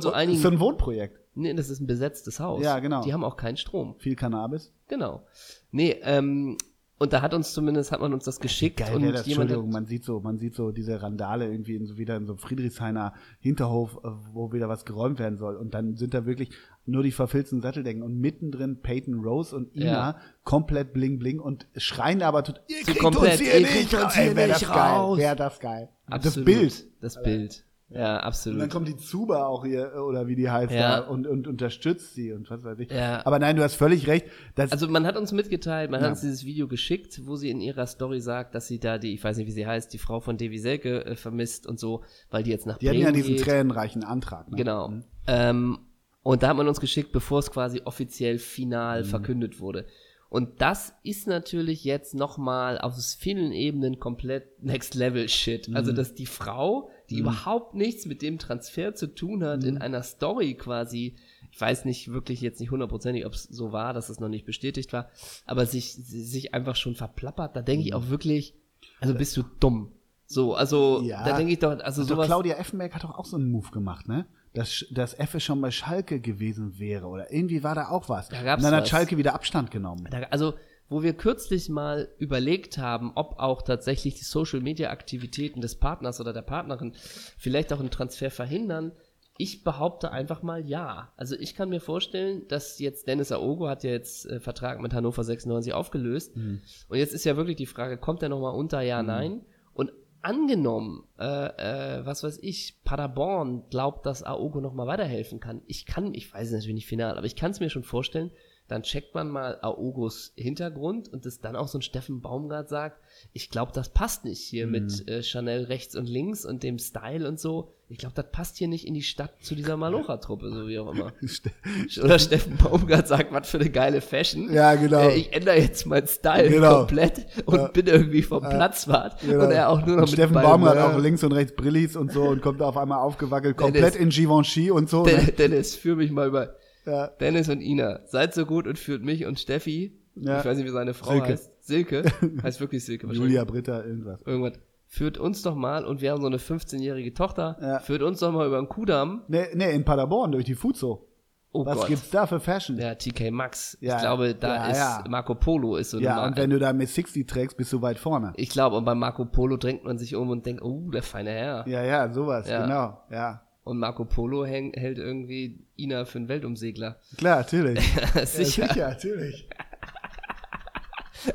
Speaker 2: so
Speaker 1: einigen.
Speaker 2: ein Wohnprojekt.
Speaker 1: Nee, das ist ein besetztes Haus.
Speaker 2: Ja, genau.
Speaker 1: Die haben auch keinen Strom.
Speaker 2: Viel Cannabis.
Speaker 1: Genau. Nee, ähm, und da hat uns zumindest, hat man uns das geschickt
Speaker 2: Geil
Speaker 1: und
Speaker 2: wäre das,
Speaker 1: jemand
Speaker 2: Entschuldigung,
Speaker 1: hat,
Speaker 2: man sieht so, man sieht so diese Randale irgendwie in so wieder in so einem Friedrichshainer Hinterhof, äh, wo wieder was geräumt werden soll. Und dann sind da wirklich nur die verfilzten Satteldecken und mittendrin Peyton Rose und Ina
Speaker 1: Ja.
Speaker 2: komplett bling bling und schreien aber tot, ihr kriegt
Speaker 1: komplett,
Speaker 2: uns hier
Speaker 1: ihr
Speaker 2: nicht
Speaker 1: kriegt uns
Speaker 2: raus.
Speaker 1: hier
Speaker 2: Ey, wär
Speaker 1: nicht
Speaker 2: das
Speaker 1: raus.
Speaker 2: geil, wäre das geil.
Speaker 1: absolut,
Speaker 2: Das Bild.
Speaker 1: Das Bild. Ja,
Speaker 2: Und dann
Speaker 1: absolut.
Speaker 2: kommt die Zuba auch hier, äh, oder wie die heißt,
Speaker 1: Ja.
Speaker 2: da, und, und unterstützt sie und was weiß ich.
Speaker 1: Ja.
Speaker 2: Aber nein, du hast völlig recht. Das,
Speaker 1: Also man hat uns mitgeteilt, man
Speaker 2: Ja.
Speaker 1: hat uns dieses Video geschickt, wo sie in ihrer Story sagt, dass sie da die, ich weiß nicht, wie sie heißt, die Frau von Devi Selke äh, vermisst und so, weil die jetzt nach
Speaker 2: die hatten
Speaker 1: Bremen
Speaker 2: ja diesen
Speaker 1: geht.
Speaker 2: tränenreichen Antrag. Ne?
Speaker 1: Genau. Ähm, und da hat man uns geschickt, bevor es quasi offiziell final verkündet wurde. Und das ist natürlich jetzt nochmal auf vielen Ebenen komplett Next Level Shit. Also, dass die Frau, die überhaupt nichts mit dem Transfer zu tun hat, in einer Story quasi, ich weiß nicht wirklich jetzt nicht hundertprozentig, ob es so war, dass es noch nicht bestätigt war, aber sich, sich einfach schon verplappert, da denke ich auch wirklich, also bist du dumm. So, also,
Speaker 2: Ja.
Speaker 1: da denke ich doch, also
Speaker 2: Hat doch
Speaker 1: sowas.
Speaker 2: Claudia Effenberg hat doch auch so einen Move gemacht, ne? Dass, Sch- dass Effe schon bei Schalke gewesen wäre oder irgendwie war da auch was.
Speaker 1: Da gab's
Speaker 2: und dann hat
Speaker 1: was.
Speaker 2: Schalke wieder Abstand genommen.
Speaker 1: Da, also, wo wir kürzlich mal überlegt haben, ob auch tatsächlich die Social-Media-Aktivitäten des Partners oder der Partnerin vielleicht auch einen Transfer verhindern. Ich behaupte einfach mal ja. Also ich kann mir vorstellen, dass jetzt Dennis Aogo hat ja jetzt äh, Vertrag mit Hannover 96 aufgelöst. Und jetzt ist ja wirklich die Frage, kommt er nochmal unter? Ja, nein. Und angenommen, äh, äh, was weiß ich, Paderborn glaubt, dass Aogo nochmal weiterhelfen kann. Ich kann, ich weiß es natürlich nicht final, aber ich kann es mir schon vorstellen, dann checkt man mal Aogos Hintergrund und dass dann auch so ein Steffen Baumgart sagt, ich glaube, das passt nicht hier mit äh, Chanel rechts und links und dem Style und so. Ich glaube, das passt hier nicht in die Stadt zu dieser Malocha-Truppe, so wie auch immer. Oder Steffen Baumgart sagt, was für eine geile Fashion.
Speaker 2: Ja, genau.
Speaker 1: Äh, ich ändere jetzt meinen Style
Speaker 2: Genau.
Speaker 1: komplett und
Speaker 2: Ja.
Speaker 1: bin irgendwie vom Platzwart.
Speaker 2: Genau.
Speaker 1: Und er auch nur noch
Speaker 2: Und Steffen
Speaker 1: mit
Speaker 2: Baumgart
Speaker 1: Ball- ne?
Speaker 2: auch links und rechts Brillis und so und kommt da auf einmal aufgewackelt,
Speaker 1: Dennis.
Speaker 2: komplett in Givenchy und so. ne?
Speaker 1: Den- Dennis, führ mich mal über.
Speaker 2: Ja.
Speaker 1: Dennis und Ina, seid so gut und führt mich und Steffi,
Speaker 2: Ja.
Speaker 1: ich weiß nicht, wie seine Frau
Speaker 2: Silke.
Speaker 1: heißt. Silke, heißt wirklich Silke wahrscheinlich.
Speaker 2: Julia Britta, irgendwas.
Speaker 1: Irgendwas. Führt uns doch mal, und wir haben so eine 15-jährige Tochter,
Speaker 2: Ja.
Speaker 1: führt uns doch mal über den Kudamm.
Speaker 2: Nee, nee, Ne, in Paderborn durch die Fuzo.
Speaker 1: Oh
Speaker 2: Was
Speaker 1: Gott.
Speaker 2: gibt's da für Fashion?
Speaker 1: Ja, TK Max.
Speaker 2: Ja,
Speaker 1: ich glaube, da
Speaker 2: ja,
Speaker 1: ist
Speaker 2: ja.
Speaker 1: Marco Polo ist so eine
Speaker 2: Ja,
Speaker 1: Mar-
Speaker 2: und wenn du da mit 60 trägst, bist du weit vorne.
Speaker 1: Ich glaube, und bei Marco Polo drängt man sich um und denkt, oh, der feine Herr.
Speaker 2: Ja, ja, sowas,
Speaker 1: Ja.
Speaker 2: genau. Ja.
Speaker 1: Und Marco Polo häng, hält irgendwie Ina für einen Weltumsegler.
Speaker 2: Klar, natürlich.
Speaker 1: Sicher.
Speaker 2: Ja, sicher, natürlich.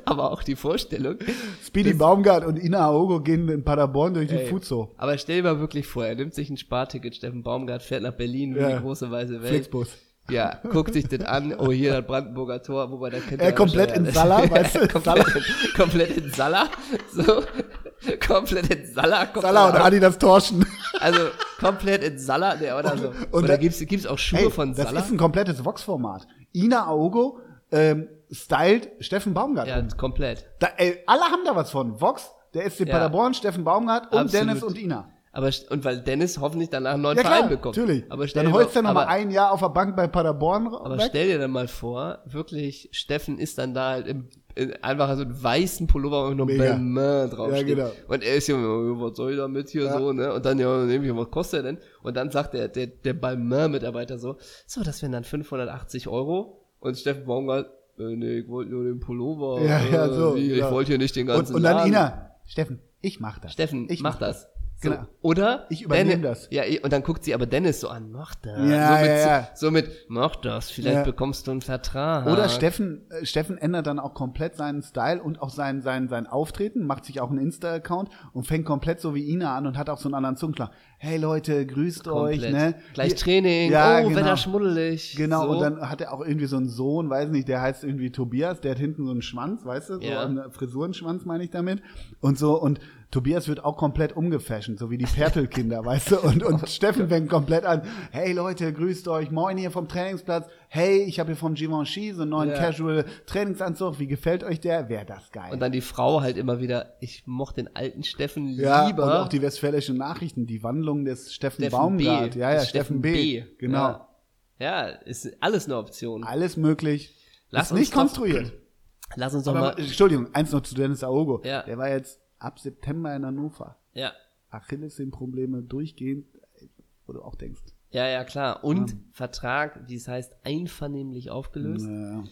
Speaker 1: Aber auch die Vorstellung.
Speaker 2: Speedy Baumgart und Ina Aogo gehen in Paderborn durch die
Speaker 1: Ey.
Speaker 2: Fuzo.
Speaker 1: Aber stell dir mal wirklich vor, er nimmt sich ein Sparticket, Steffen Baumgart fährt nach Berlin wie
Speaker 2: Ja.
Speaker 1: die große weiße Welt.
Speaker 2: Flixbus.
Speaker 1: Ja, guckt sich das an. Oh, hier das Brandenburger Tor, wobei da kennt
Speaker 2: Er komplett in
Speaker 1: wahrscheinlich
Speaker 2: Salah,
Speaker 1: alles.
Speaker 2: weißt du?
Speaker 1: komplett, in- komplett in Salah. So. komplett in Salah. kommt
Speaker 2: Salah und
Speaker 1: er auch.
Speaker 2: Adidas Torschen.
Speaker 1: Also komplett in Salah. Nee, oder so.
Speaker 2: Und
Speaker 1: oder
Speaker 2: da-
Speaker 1: gibt's gibt's auch Schuhe
Speaker 2: Hey,
Speaker 1: von
Speaker 2: das
Speaker 1: Salah?
Speaker 2: ist ein komplettes Vox-Format. Ina Aogo ähm, stylt Steffen Baumgart.
Speaker 1: ja, komplett.
Speaker 2: Da, ey, alle haben da was von. Vox, der ist in
Speaker 1: Ja.
Speaker 2: Paderborn, Steffen Baumgart und
Speaker 1: Absolut.
Speaker 2: Dennis und Ina.
Speaker 1: Aber st- und weil Dennis hoffentlich danach einen neuen
Speaker 2: Ja
Speaker 1: Verein
Speaker 2: klar,
Speaker 1: bekommt.
Speaker 2: natürlich.
Speaker 1: Aber stell
Speaker 2: dann
Speaker 1: dir
Speaker 2: holst du
Speaker 1: mal-
Speaker 2: nochmal
Speaker 1: aber-
Speaker 2: ein Jahr auf der Bank bei Paderborn
Speaker 1: Aber
Speaker 2: weg.
Speaker 1: stell dir dann mal vor, wirklich, Steffen ist dann da halt im, in, einfach so einen weißen Pullover und noch
Speaker 2: Mega.
Speaker 1: Balmain draufsteht.
Speaker 2: Ja, genau.
Speaker 1: Und er ist hier, "Ja, was soll ich damit hier so, ne? Und dann, ja, nehme ich, was kostet er denn? Und dann sagt der, der, der Balmain-Mitarbeiter so, so, das wären dann 580 Euro. Und Steffen Baumgart, äh, nee, ich wollte nur den Pullover.
Speaker 2: Ja, ja,
Speaker 1: äh,
Speaker 2: so,
Speaker 1: Wie,
Speaker 2: genau.
Speaker 1: Ich wollte hier nicht den
Speaker 2: Und,
Speaker 1: ganzen
Speaker 2: und dann
Speaker 1: Laden."
Speaker 2: Ina. Steffen, ich mach das.
Speaker 1: Steffen,
Speaker 2: ich
Speaker 1: mach das. So,
Speaker 2: Genau.
Speaker 1: Oder?
Speaker 2: Ich übernehme das.
Speaker 1: Ja, eh, und dann guckt sie aber Dennis so an, mach das.
Speaker 2: Ja,
Speaker 1: so mit,
Speaker 2: ja, ja.
Speaker 1: So mit, mach das, vielleicht
Speaker 2: Ja.
Speaker 1: bekommst du einen Vertrag.
Speaker 2: Oder Steffen, äh, Steffen ändert dann auch komplett seinen Style und auch sein, sein, sein Auftreten, macht sich auch einen Insta-Account und fängt komplett so wie Ina an und hat auch so einen anderen Zungenklang. Hey Leute, grüßt euch,
Speaker 1: Komplett.
Speaker 2: ne?
Speaker 1: Gleich
Speaker 2: Hier-
Speaker 1: Training,
Speaker 2: Ja,
Speaker 1: oh,
Speaker 2: genau.
Speaker 1: Wetter schmuddelig.
Speaker 2: Genau,
Speaker 1: so.
Speaker 2: und dann hat er auch irgendwie so einen Sohn, weiß nicht, der heißt irgendwie Tobias, der hat hinten so einen Schwanz, weißt du,
Speaker 1: Ja.
Speaker 2: so einen Frisurenschwanz meine ich damit. Und so, und Tobias wird auch komplett umgefashion, so wie die Pertelkinder, weißt du, und,
Speaker 1: Oh,
Speaker 2: und Steffen fängt komplett an, hey Leute, grüßt euch, moin hier vom Trainingsplatz, hey, ich habe hier vom Givenchy so einen neuen
Speaker 1: Ja.
Speaker 2: Casual Trainingsanzug, wie gefällt euch der? Wäre das geil.
Speaker 1: Und dann die Frau halt immer wieder, ich mochte den alten Steffen
Speaker 2: ja,
Speaker 1: lieber.
Speaker 2: und auch die westfälischen Nachrichten, die Wandlung des Steffen,
Speaker 1: Steffen
Speaker 2: Baumgart,
Speaker 1: B.
Speaker 2: ja, ja,
Speaker 1: Steffen,
Speaker 2: Steffen B. Genau.
Speaker 1: Ja. ja, ist alles eine Option.
Speaker 2: Alles möglich.
Speaker 1: Lass
Speaker 2: ist nicht
Speaker 1: uns doch-
Speaker 2: konstruiert.
Speaker 1: Lass uns doch
Speaker 2: Aber,
Speaker 1: mal,
Speaker 2: Entschuldigung, eins noch zu Dennis Aogo.
Speaker 1: Ja.
Speaker 2: Der war jetzt ab September in Hannover.
Speaker 1: ja.
Speaker 2: Achillessehnenprobleme durchgehend, wo du auch denkst.
Speaker 1: Ja, ja, klar. Und Vertrag, wie es heißt, einvernehmlich aufgelöst.
Speaker 2: Naja.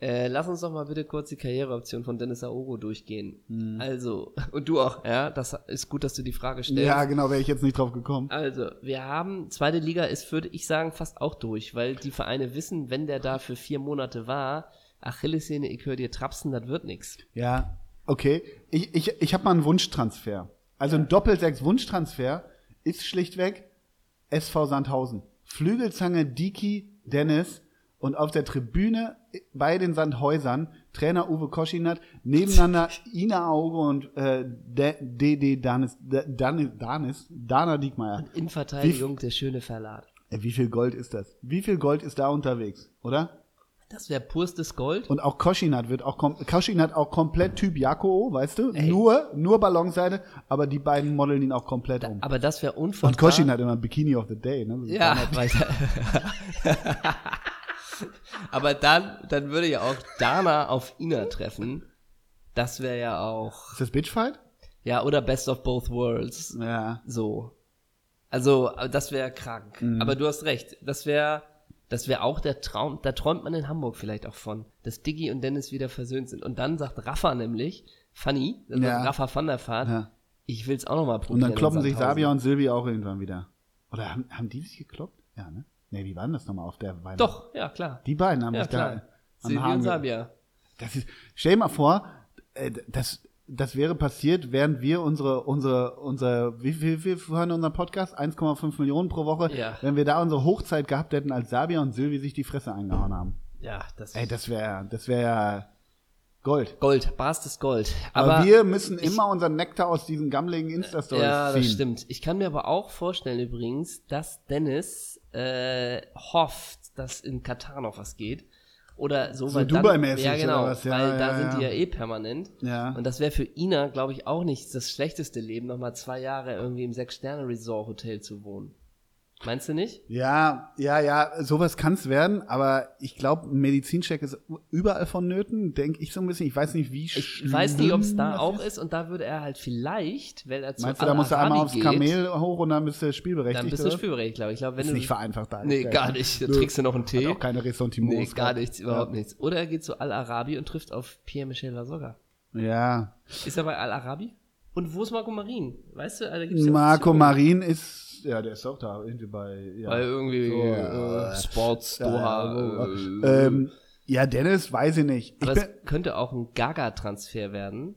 Speaker 1: Äh, lass uns doch mal bitte kurz die Karriereoption von Dennis Aogo durchgehen. Also, und du auch, ja, das ist gut, dass du die Frage stellst.
Speaker 2: Ja, genau, wäre ich jetzt nicht drauf gekommen.
Speaker 1: Also, wir haben, zweite Liga ist, würde ich sagen, fast auch durch, weil die Vereine wissen, wenn der da für vier Monate war, Achillessehne, ich höre dir trapsen, das wird nix.
Speaker 2: Ja, okay. Ich, ich, ich habe mal einen Wunschtransfer. Also ein Doppelsechs-Wunschtransfer ist schlichtweg SV Sandhausen. Flügelzange, Diki, Dennis und auf der Tribüne bei den Sandhäusern Trainer Uwe Koschinat, nebeneinander Ina Auge und äh, D- DD Danis, D- Danis, Danis, Dana Diekmeyer.
Speaker 1: In Verteidigung der schöne Verlad.
Speaker 2: Äh, Wie viel Gold ist das? Wie viel Gold ist da unterwegs, oder?
Speaker 1: Das wäre purstes Gold.
Speaker 2: Und auch Koschinat wird auch kom Koschinat auch komplett Typ Jakoo, weißt du? Nur nur Ballonseite, aber die beiden modeln ihn auch komplett um.
Speaker 1: aber das wäre unfassbar.
Speaker 2: Und Koschinat immer Bikini of the Day, ne?
Speaker 1: Ja, weiter. aber dann, dann würde ja auch Dana auf Ina treffen. Das wäre ja auch,
Speaker 2: Ist das Bitchfight?
Speaker 1: ja, oder Best of Both Worlds.
Speaker 2: Ja.
Speaker 1: So. Also, aber das wäre krank.
Speaker 2: Mhm.
Speaker 1: Aber du hast recht. Das wäre das wäre auch der Traum, da träumt man in Hamburg vielleicht auch von, dass Diggi und Dennis wieder versöhnt sind. Und dann sagt Rafa nämlich, Fanny, also
Speaker 2: Ja.
Speaker 1: Rafa van der Vaart,
Speaker 2: Ja.
Speaker 1: ich will's auch nochmal probieren.
Speaker 2: Und dann kloppen
Speaker 1: in
Speaker 2: sich
Speaker 1: Sandhausen.
Speaker 2: Sabia und Silvi auch irgendwann wieder. Oder haben, haben die sich gekloppt? Ja, ne? Nee, wie waren das nochmal auf der Weihnacht?
Speaker 1: Doch, ja, klar.
Speaker 2: Die beiden haben
Speaker 1: ja,
Speaker 2: sich
Speaker 1: klar.
Speaker 2: da am
Speaker 1: Silvia
Speaker 2: Haaren
Speaker 1: und
Speaker 2: ge-
Speaker 1: Sabia.
Speaker 2: Das ist, stell dir mal vor, äh, das das wäre passiert, während wir unsere, unsere, unsere, wie viel wir hören unseren Podcast? 1,5 Millionen pro Woche.
Speaker 1: Ja.
Speaker 2: Wenn wir da unsere Hochzeit gehabt hätten, als Sabia und Silvi sich die Fresse eingehauen haben.
Speaker 1: Ja, das
Speaker 2: Ey,
Speaker 1: ist
Speaker 2: das wäre, das wäre Gold.
Speaker 1: Gold, barstes Gold.
Speaker 2: Aber,
Speaker 1: Aber,
Speaker 2: wir müssen immer unseren Nektar aus diesen gammeligen Insta-Stories
Speaker 1: ja,
Speaker 2: ziehen.
Speaker 1: das stimmt. Ich kann mir aber auch vorstellen übrigens, dass Dennis äh, hofft, dass in Katar noch was geht. Oder so,
Speaker 2: So
Speaker 1: weil dann-
Speaker 2: Dubai-mäßig
Speaker 1: ja, genau,
Speaker 2: oder was, ja,
Speaker 1: weil
Speaker 2: ja,
Speaker 1: da
Speaker 2: ja.
Speaker 1: sind die ja eh permanent.
Speaker 2: Ja.
Speaker 1: Und das wäre für Ina, glaube ich, auch nicht das schlechteste Leben, nochmal zwei Jahre irgendwie im Sechs-Sterne-Resort-Hotel zu wohnen. Meinst du nicht?
Speaker 2: Ja, ja, ja, sowas kann's werden, aber ich glaube, ein Medizincheck ist überall vonnöten, denke ich so ein bisschen. Ich weiß nicht, wie
Speaker 1: Ich weiß nicht, ob es da
Speaker 2: das
Speaker 1: auch ist. Und da würde er halt vielleicht, wenn er zu
Speaker 2: Meinst du, da musst du einmal aufs
Speaker 1: Al-Arabi geht,
Speaker 2: Kamel hoch und dann bist du spielberechtigt?
Speaker 1: dann bist du
Speaker 2: oder?
Speaker 1: spielberechtigt, glaube ich. ich glaub, wenn
Speaker 2: Ist
Speaker 1: du
Speaker 2: nicht vereinfacht. da.
Speaker 1: Nee,
Speaker 2: Ja,
Speaker 1: gar nicht. Da
Speaker 2: Nö.
Speaker 1: trinkst du noch einen Tee.
Speaker 2: Hat auch keine Ressentiments.
Speaker 1: Nee, gar
Speaker 2: gehabt.
Speaker 1: nichts, überhaupt nichts. Oder er geht zu Al-Arabi und trifft auf Pierre-Michel Lasogga.
Speaker 2: Ja.
Speaker 1: Ist er bei Al-Arabi? Und wo ist Marco Marin? Weißt du, Alter, gibt's ja
Speaker 2: Marco
Speaker 1: Optionen.
Speaker 2: Marin ist, ja, der ist auch da, irgendwie bei, ja.
Speaker 1: Weil irgendwie
Speaker 2: So,
Speaker 1: äh,
Speaker 2: äh,
Speaker 1: Sports,
Speaker 2: ja,
Speaker 1: Doha.
Speaker 2: wo-
Speaker 1: äh,
Speaker 2: ähm, ja, Dennis, weiß ich nicht. Ich
Speaker 1: aber
Speaker 2: bin,
Speaker 1: es könnte auch ein Gaga-Transfer werden.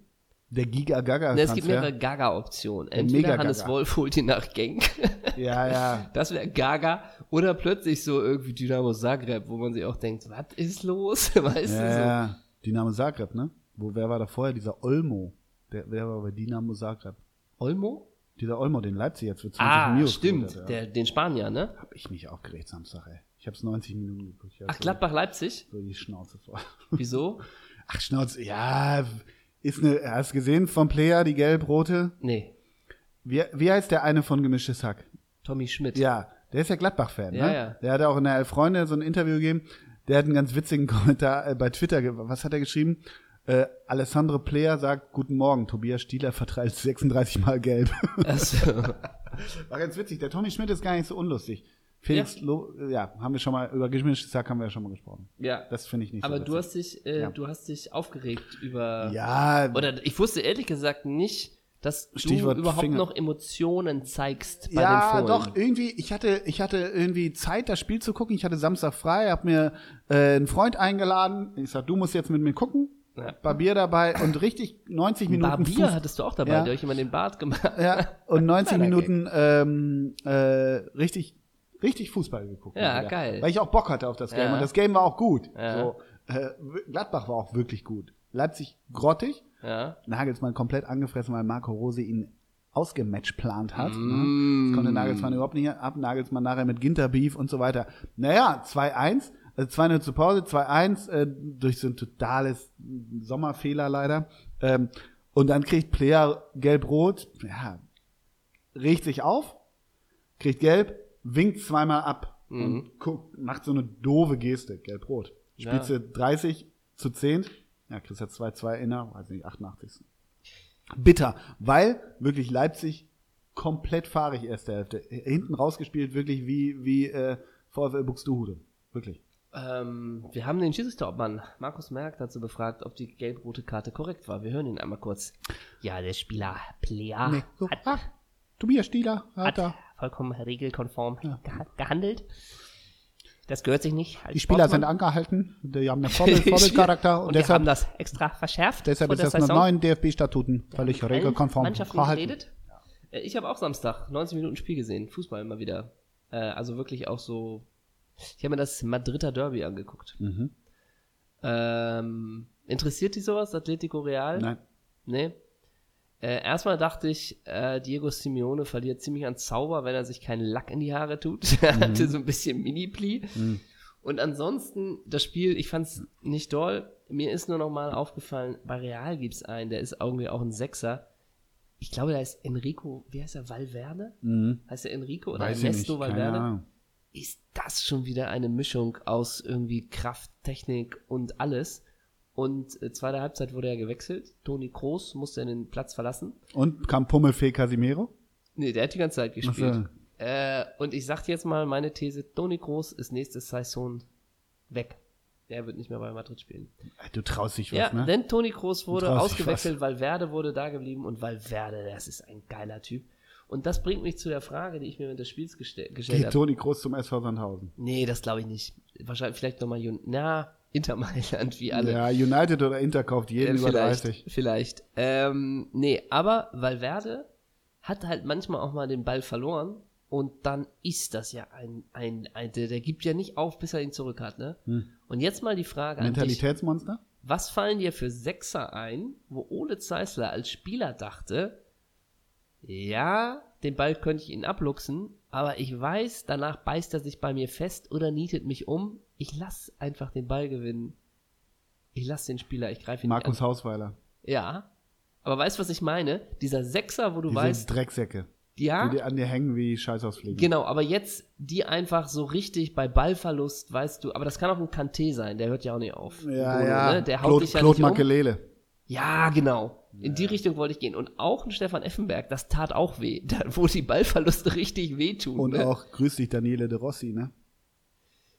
Speaker 2: der Giga Gaga
Speaker 1: Ne, es gibt mehrere
Speaker 2: Transfer.
Speaker 1: Gaga-Optionen. Entweder
Speaker 2: Mega-Gaga.
Speaker 1: Hannes Wolf holt ihn nach Genk.
Speaker 2: Ja, ja.
Speaker 1: Das wäre Gaga. Oder plötzlich so irgendwie Dynamo Zagreb, wo man sich auch denkt, was ist los? Weißt
Speaker 2: Ja,
Speaker 1: du so?
Speaker 2: ja. Dynamo Zagreb, ne? Wo, wer war da vorher? Dieser Olmo. Der, wer war bei Dynamo Zagreb?
Speaker 1: Olmo?
Speaker 2: Dieser Olmo, den Leipzig jetzt für 20
Speaker 1: Ah,
Speaker 2: Mio
Speaker 1: stimmt.
Speaker 2: geholt hat, ja.
Speaker 1: Der, den Spanier, ne?
Speaker 2: Hab ich mich aufgeregt Samstag, ey. Ich hab's 90 Minuten geguckt. Ich hab
Speaker 1: Ach,
Speaker 2: so-
Speaker 1: Gladbach-Leipzig?
Speaker 2: So die Schnauze voll.
Speaker 1: Wieso?
Speaker 2: Ach, Schnauze, ja. Ist ne, hast du gesehen vom Player, die gelb-rote?
Speaker 1: Nee,
Speaker 2: Wie, wie heißt der eine von Gemischtes Hack?
Speaker 1: Tommy Schmidt.
Speaker 2: Ja, der ist ja Gladbach-Fan,
Speaker 1: Ja,
Speaker 2: ne?
Speaker 1: ja.
Speaker 2: Der hat auch in der Elf Freunde so ein Interview gegeben. Der hat einen ganz witzigen Kommentar äh, bei Twitter. ge- Was hat er geschrieben? Äh, Alessandro Player sagt, guten Morgen, Tobias Stieler verteilt 36 Mal gelb.
Speaker 1: Also,
Speaker 2: War ganz witzig. Der Tommy Schmidt ist gar nicht so unlustig. Felix, ja, Lo äh, ja haben wir schon mal, über gemischtes Sack haben wir ja schon mal gesprochen.
Speaker 1: ja.
Speaker 2: Das finde ich nicht
Speaker 1: Aber
Speaker 2: so
Speaker 1: du
Speaker 2: witzig.
Speaker 1: hast dich, äh,
Speaker 2: Ja.
Speaker 1: du hast dich aufgeregt über.
Speaker 2: Ja,
Speaker 1: Oder ich wusste ehrlich gesagt nicht, dass
Speaker 2: Stichwort
Speaker 1: du überhaupt
Speaker 2: Finger.
Speaker 1: noch Emotionen zeigst bei
Speaker 2: ja,
Speaker 1: den Fohlen.
Speaker 2: doch, irgendwie, ich hatte, ich hatte irgendwie Zeit, das Spiel zu gucken. Ich hatte Samstag frei, hab mir äh, einen Freund eingeladen. Ich sag, du musst jetzt mit mir gucken.
Speaker 1: Ja.
Speaker 2: Barbier dabei und richtig 90 Minuten.
Speaker 1: Barbier
Speaker 2: Fuß-
Speaker 1: hattest du auch dabei,
Speaker 2: Ja.
Speaker 1: der euch immer den Bart gemacht.
Speaker 2: ja, und 90
Speaker 1: Kleiner
Speaker 2: Minuten ähm, äh, richtig, richtig Fußball geguckt.
Speaker 1: Ja,
Speaker 2: mal wieder.
Speaker 1: geil.
Speaker 2: Weil ich auch Bock hatte auf das Game
Speaker 1: Ja.
Speaker 2: und das Game war auch gut.
Speaker 1: Ja.
Speaker 2: So, äh, Gladbach war auch wirklich gut. Leipzig grottig.
Speaker 1: Ja.
Speaker 2: Nagelsmann komplett angefressen, weil Marco Rose ihn ausgematchplant hat. Ne? Das konnte Nagelsmann überhaupt nicht ab. Nagelsmann nachher mit Ginter Beef und so weiter. Naja, 2-1. Also 2-0 zur Pause, 2-1 äh, durch so ein totales Sommerfehler leider. Ähm, und dann kriegt Player gelb-rot. Ja, riecht sich auf, kriegt gelb, winkt zweimal ab
Speaker 1: Mhm.
Speaker 2: und guckt, macht so eine doofe Geste, gelb-rot.
Speaker 1: Ja.
Speaker 2: Spielst du 30 zu 10, ja, kriegst du 2-2 in der, weiß nicht, 88. Bitter, weil wirklich Leipzig komplett fahrig erste Hälfte. Hinten rausgespielt, wirklich wie, wie äh, VfL Buxtehude. Wirklich.
Speaker 1: Ähm, wir haben den Schiedsrichterobmann Markus Merck dazu befragt, ob die gelb-rote Karte korrekt war. Wir hören ihn einmal kurz. Ja, der Spieler Plea
Speaker 2: Nee, so,
Speaker 1: hat
Speaker 2: ah, Tobias Stieler hat da.
Speaker 1: hat vollkommen regelkonform geha- gehandelt. Das gehört sich nicht. als
Speaker 2: Die Spieler sind
Speaker 1: Sportsmann.
Speaker 2: angehalten, die haben einen
Speaker 1: Die
Speaker 2: Vorbild,
Speaker 1: Spieler-
Speaker 2: Vorbildcharakter und,
Speaker 1: und wir haben
Speaker 2: deshalb,
Speaker 1: das extra verschärft.
Speaker 2: deshalb
Speaker 1: vor
Speaker 2: ist
Speaker 1: der
Speaker 2: das mit
Speaker 1: Saison.
Speaker 2: neuen DFB-Statuten völlig
Speaker 1: Mit allen
Speaker 2: regelkonform
Speaker 1: Mannschaften
Speaker 2: verhalten.
Speaker 1: geredet. Äh, Ich habe auch Samstag 90 Minuten Spiel gesehen, Fußball immer wieder. Äh, also wirklich auch so. Ich habe mir das Madrider Derby angeguckt.
Speaker 2: Mhm.
Speaker 1: Ähm, interessiert dich sowas, Atletico Real?
Speaker 2: Nein.
Speaker 1: Nee. Ne? Äh, erstmal dachte ich, äh, Diego Simeone verliert ziemlich an Zauber, wenn er sich keinen Lack in die Haare tut.
Speaker 2: Mhm.
Speaker 1: er hatte so ein bisschen Mini-Pli. Und ansonsten, das Spiel, ich fand es nicht doll. Mir ist nur noch mal aufgefallen, bei Real gibt es einen, der ist irgendwie auch ein Sechser. Ich glaube, der ist Enrico, wie heißt er, Valverde?
Speaker 2: Mhm.
Speaker 1: Heißt er Enrico oder
Speaker 2: Weiß ich
Speaker 1: Ernesto
Speaker 2: nicht, keine
Speaker 1: Valverde?
Speaker 2: Ahnung.
Speaker 1: ist das schon wieder eine Mischung aus irgendwie Kraft, Technik und alles. Und äh, zweite Halbzeit wurde er gewechselt. Toni Kroos musste den Platz verlassen.
Speaker 2: Und kam Pummelfee Casimiro?
Speaker 1: Nee, der hat die ganze Zeit gespielt.
Speaker 2: Ach
Speaker 1: Äh, und ich sag dir jetzt mal meine These, Toni Kroos ist nächste Saison weg. Der wird nicht mehr bei Madrid spielen.
Speaker 2: Du traust dich was,
Speaker 1: ja,
Speaker 2: ne?
Speaker 1: denn Toni Kroos wurde
Speaker 2: Traust dich
Speaker 1: ausgewechselt, Valverde wurde da geblieben und Valverde, das ist ein geiler Typ. Und das bringt mich zu der Frage, die ich mir während des Spiels gestell- gestellt
Speaker 2: Geht
Speaker 1: habe.
Speaker 2: Toni Groß zum SV Sandhausen.
Speaker 1: Nee, das glaube ich nicht. Wahrscheinlich vielleicht nochmal Jun. Na, Inter Mailand, wie alle.
Speaker 2: Ja, United oder Inter kauft jeden
Speaker 1: Äh,
Speaker 2: über
Speaker 1: also vielleicht,
Speaker 2: 30.
Speaker 1: vielleicht. Ähm, nee, aber Valverde hat halt manchmal auch mal den Ball verloren und dann ist das ja ein, ein, ein der, der gibt ja nicht auf, bis er ihn zurück hat, ne? Und jetzt mal die Frage an dich.
Speaker 2: Mentalitätsmonster?
Speaker 1: Was fallen dir für Sechser ein, wo Ole Zeissler als Spieler dachte, ja, den Ball könnte ich ihn abluchsen, aber ich weiß, danach beißt er sich bei mir fest oder nietet mich um. Ich lass einfach den Ball gewinnen. Ich lass den Spieler, ich greife ihn nicht an.
Speaker 2: Markus Hausweiler.
Speaker 1: Ja. Aber weißt du, was ich meine? Dieser Sechser, wo du
Speaker 2: Diese
Speaker 1: weißt,
Speaker 2: Drecksäcke,
Speaker 1: ja,
Speaker 2: die dir an dir hängen wie Scheiß aus Fliegen.
Speaker 1: genau, aber jetzt die einfach so richtig bei Ballverlust, weißt du, aber das kann auch ein Kanté sein, der hört ja auch nicht auf.
Speaker 2: Ja,
Speaker 1: Bruno,
Speaker 2: ja.
Speaker 1: ne? Der haut
Speaker 2: Claude,
Speaker 1: dich ja
Speaker 2: Claude
Speaker 1: nicht um.
Speaker 2: Makelele.
Speaker 1: Ja, genau. In die Richtung wollte ich gehen. Und auch ein Stefan Effenberg, das tat auch weh, da, wo die Ballverluste richtig wehtun.
Speaker 2: Und
Speaker 1: ne?
Speaker 2: auch grüß dich, Daniele de Rossi, ne?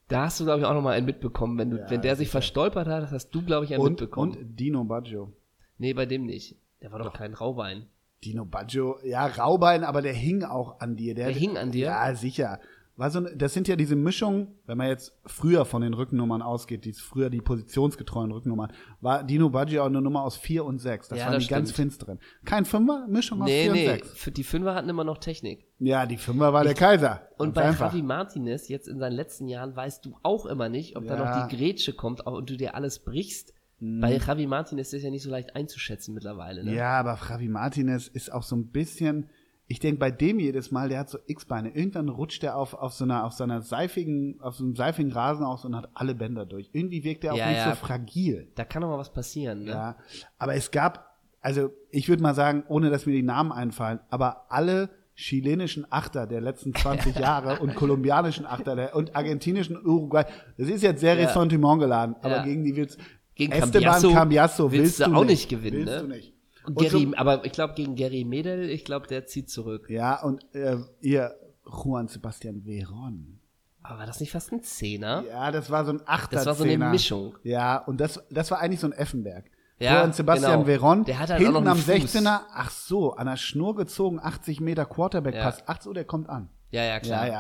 Speaker 1: Da hast du, glaube ich, auch nochmal einen mitbekommen. Wenn, du,
Speaker 2: Ja,
Speaker 1: wenn der sich verstolpert hat, das hast du, glaube ich, einen
Speaker 2: Und,
Speaker 1: mitbekommen.
Speaker 2: und Dino Baggio.
Speaker 1: nee, bei dem nicht. Der war doch, kein Raubein.
Speaker 2: Dino Baggio, ja, Raubein, aber der hing auch an dir. Der,
Speaker 1: Der hing an dir?
Speaker 2: Ja, sicher. War so, ein- das sind ja diese Mischungen, wenn man jetzt früher von den Rückennummern ausgeht, die früher die positionsgetreuen Rückennummern, war Dino Baggio auch eine Nummer aus 4 und 6. Das
Speaker 1: Ja,
Speaker 2: waren
Speaker 1: das
Speaker 2: die ganz
Speaker 1: stimmt.
Speaker 2: finsteren. Kein Fünfer, Mischung aus
Speaker 1: Nee,
Speaker 2: 4
Speaker 1: nee,
Speaker 2: und 6.
Speaker 1: für die Fünfer hatten immer noch Technik.
Speaker 2: Ja, die Fünfer war der Kaiser.
Speaker 1: Und
Speaker 2: Ganz
Speaker 1: bei Javi Martinez, jetzt in seinen letzten Jahren, weißt du auch immer nicht, ob da
Speaker 2: Ja. Mhm.
Speaker 1: noch die Grätsche kommt au- und du dir alles brichst. Bei Javi Martinez ist ja nicht so leicht einzuschätzen mittlerweile. Ne?
Speaker 2: Ja, aber Javi Martinez ist auch so ein bisschen, ich denke bei dem jedes Mal, der hat so X-Beine. Irgendwann rutscht der auf, auf so einer, auf seiner seifigen, auf so einem seifigen Rasen aus und hat alle Bänder durch. Irgendwie wirkt er auch
Speaker 1: Ja,
Speaker 2: nicht
Speaker 1: ja.
Speaker 2: so fragil.
Speaker 1: Da kann doch mal was passieren. Ne?
Speaker 2: Ja. Aber es gab, also ich würde mal sagen, ohne dass mir die Namen einfallen, aber alle chilenischen Achter der letzten 20 Jahre und kolumbianischen Achter der, und argentinischen Uruguay, das ist jetzt sehr
Speaker 1: Ja.
Speaker 2: Ressentiment geladen, aber
Speaker 1: Ja.
Speaker 2: gegen die willst
Speaker 1: Gegen
Speaker 2: Esteban
Speaker 1: Cambiasso
Speaker 2: Cambiasso
Speaker 1: willst
Speaker 2: willst,
Speaker 1: du
Speaker 2: du
Speaker 1: auch
Speaker 2: nicht
Speaker 1: nicht gewinnen,
Speaker 2: Willst
Speaker 1: ne?
Speaker 2: du nicht.
Speaker 1: Und
Speaker 2: Und so-
Speaker 1: Gary, aber ich glaube gegen Gary Medel, ich glaube, der zieht zurück.
Speaker 2: Ja, und äh, ihr Juan Sebastian Veron.
Speaker 1: Aber war das nicht fast ein Zehner?
Speaker 2: Ja, das war so ein Achter.
Speaker 1: Das war so eine Mischung.
Speaker 2: Ja, und das, das war eigentlich so ein Effenberg.
Speaker 1: Ja,
Speaker 2: Juan Sebastian
Speaker 1: genau.
Speaker 2: Veron,
Speaker 1: Der hat halt auch
Speaker 2: hinten
Speaker 1: noch einen
Speaker 2: am
Speaker 1: Fuß.
Speaker 2: 16er, ach so, an der Schnur gezogen, 80 Meter Quarterback-Pass. Ach so, der kommt an.
Speaker 1: Ja, ja, klar.
Speaker 2: Ja,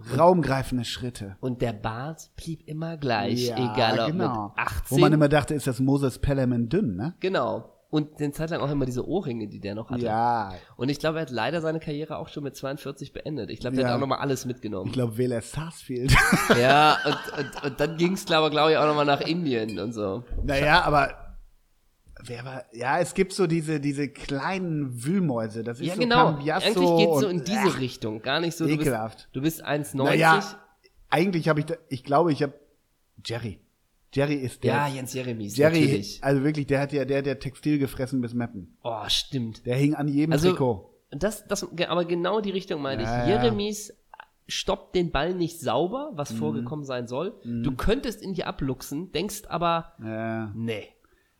Speaker 2: ja. Raumgreifende Schritte.
Speaker 1: Und der Bart blieb immer gleich,
Speaker 2: ja,
Speaker 1: egal ob
Speaker 2: genau.
Speaker 1: mit 18.
Speaker 2: Wo man immer dachte, ist das Moses Pellerman dünn, ne?
Speaker 1: genau. Und den Zeit lang auch immer diese Ohrringe, die der noch hatte.
Speaker 2: Ja.
Speaker 1: Und ich glaube, er hat leider seine Karriere auch schon mit 42 beendet. Ich glaube, der
Speaker 2: Ja.
Speaker 1: hat auch nochmal alles
Speaker 2: Ich
Speaker 1: mitgenommen.
Speaker 2: glaube, Wähler Sarsfield.
Speaker 1: ja, und, und, und dann ging es, glaube glaub ich, auch nochmal nach Indien und so.
Speaker 2: Naja, aber wer war, ja, es gibt so diese, diese kleinen Wühlmäuse. Das ist
Speaker 1: Ja,
Speaker 2: so
Speaker 1: genau.
Speaker 2: Cambiasso
Speaker 1: Eigentlich geht's so
Speaker 2: und-
Speaker 1: in diese
Speaker 2: Ach,
Speaker 1: Richtung. Gar nicht so. Du bist,
Speaker 2: ekelhaft.
Speaker 1: du bist 1,90.
Speaker 2: Naja, eigentlich habe ich, da, ich glaube, ich habe Jerry. Jerry ist der.
Speaker 1: ja, Jens Jeremies,
Speaker 2: Jerry,
Speaker 1: natürlich.
Speaker 2: also wirklich, der hat ja, der, der Textil gefressen bis Meppen.
Speaker 1: Oh, stimmt.
Speaker 2: Der hing an jedem
Speaker 1: Also,
Speaker 2: Trikot.
Speaker 1: Das, das, ge- aber genau die Richtung meine
Speaker 2: Ja,
Speaker 1: ich.
Speaker 2: ja. Mhm.
Speaker 1: Jeremies stoppt den Ball nicht sauber, was vorgekommen sein soll. Du könntest ihn dir abluchsen, denkst aber,
Speaker 2: Ja.
Speaker 1: nee,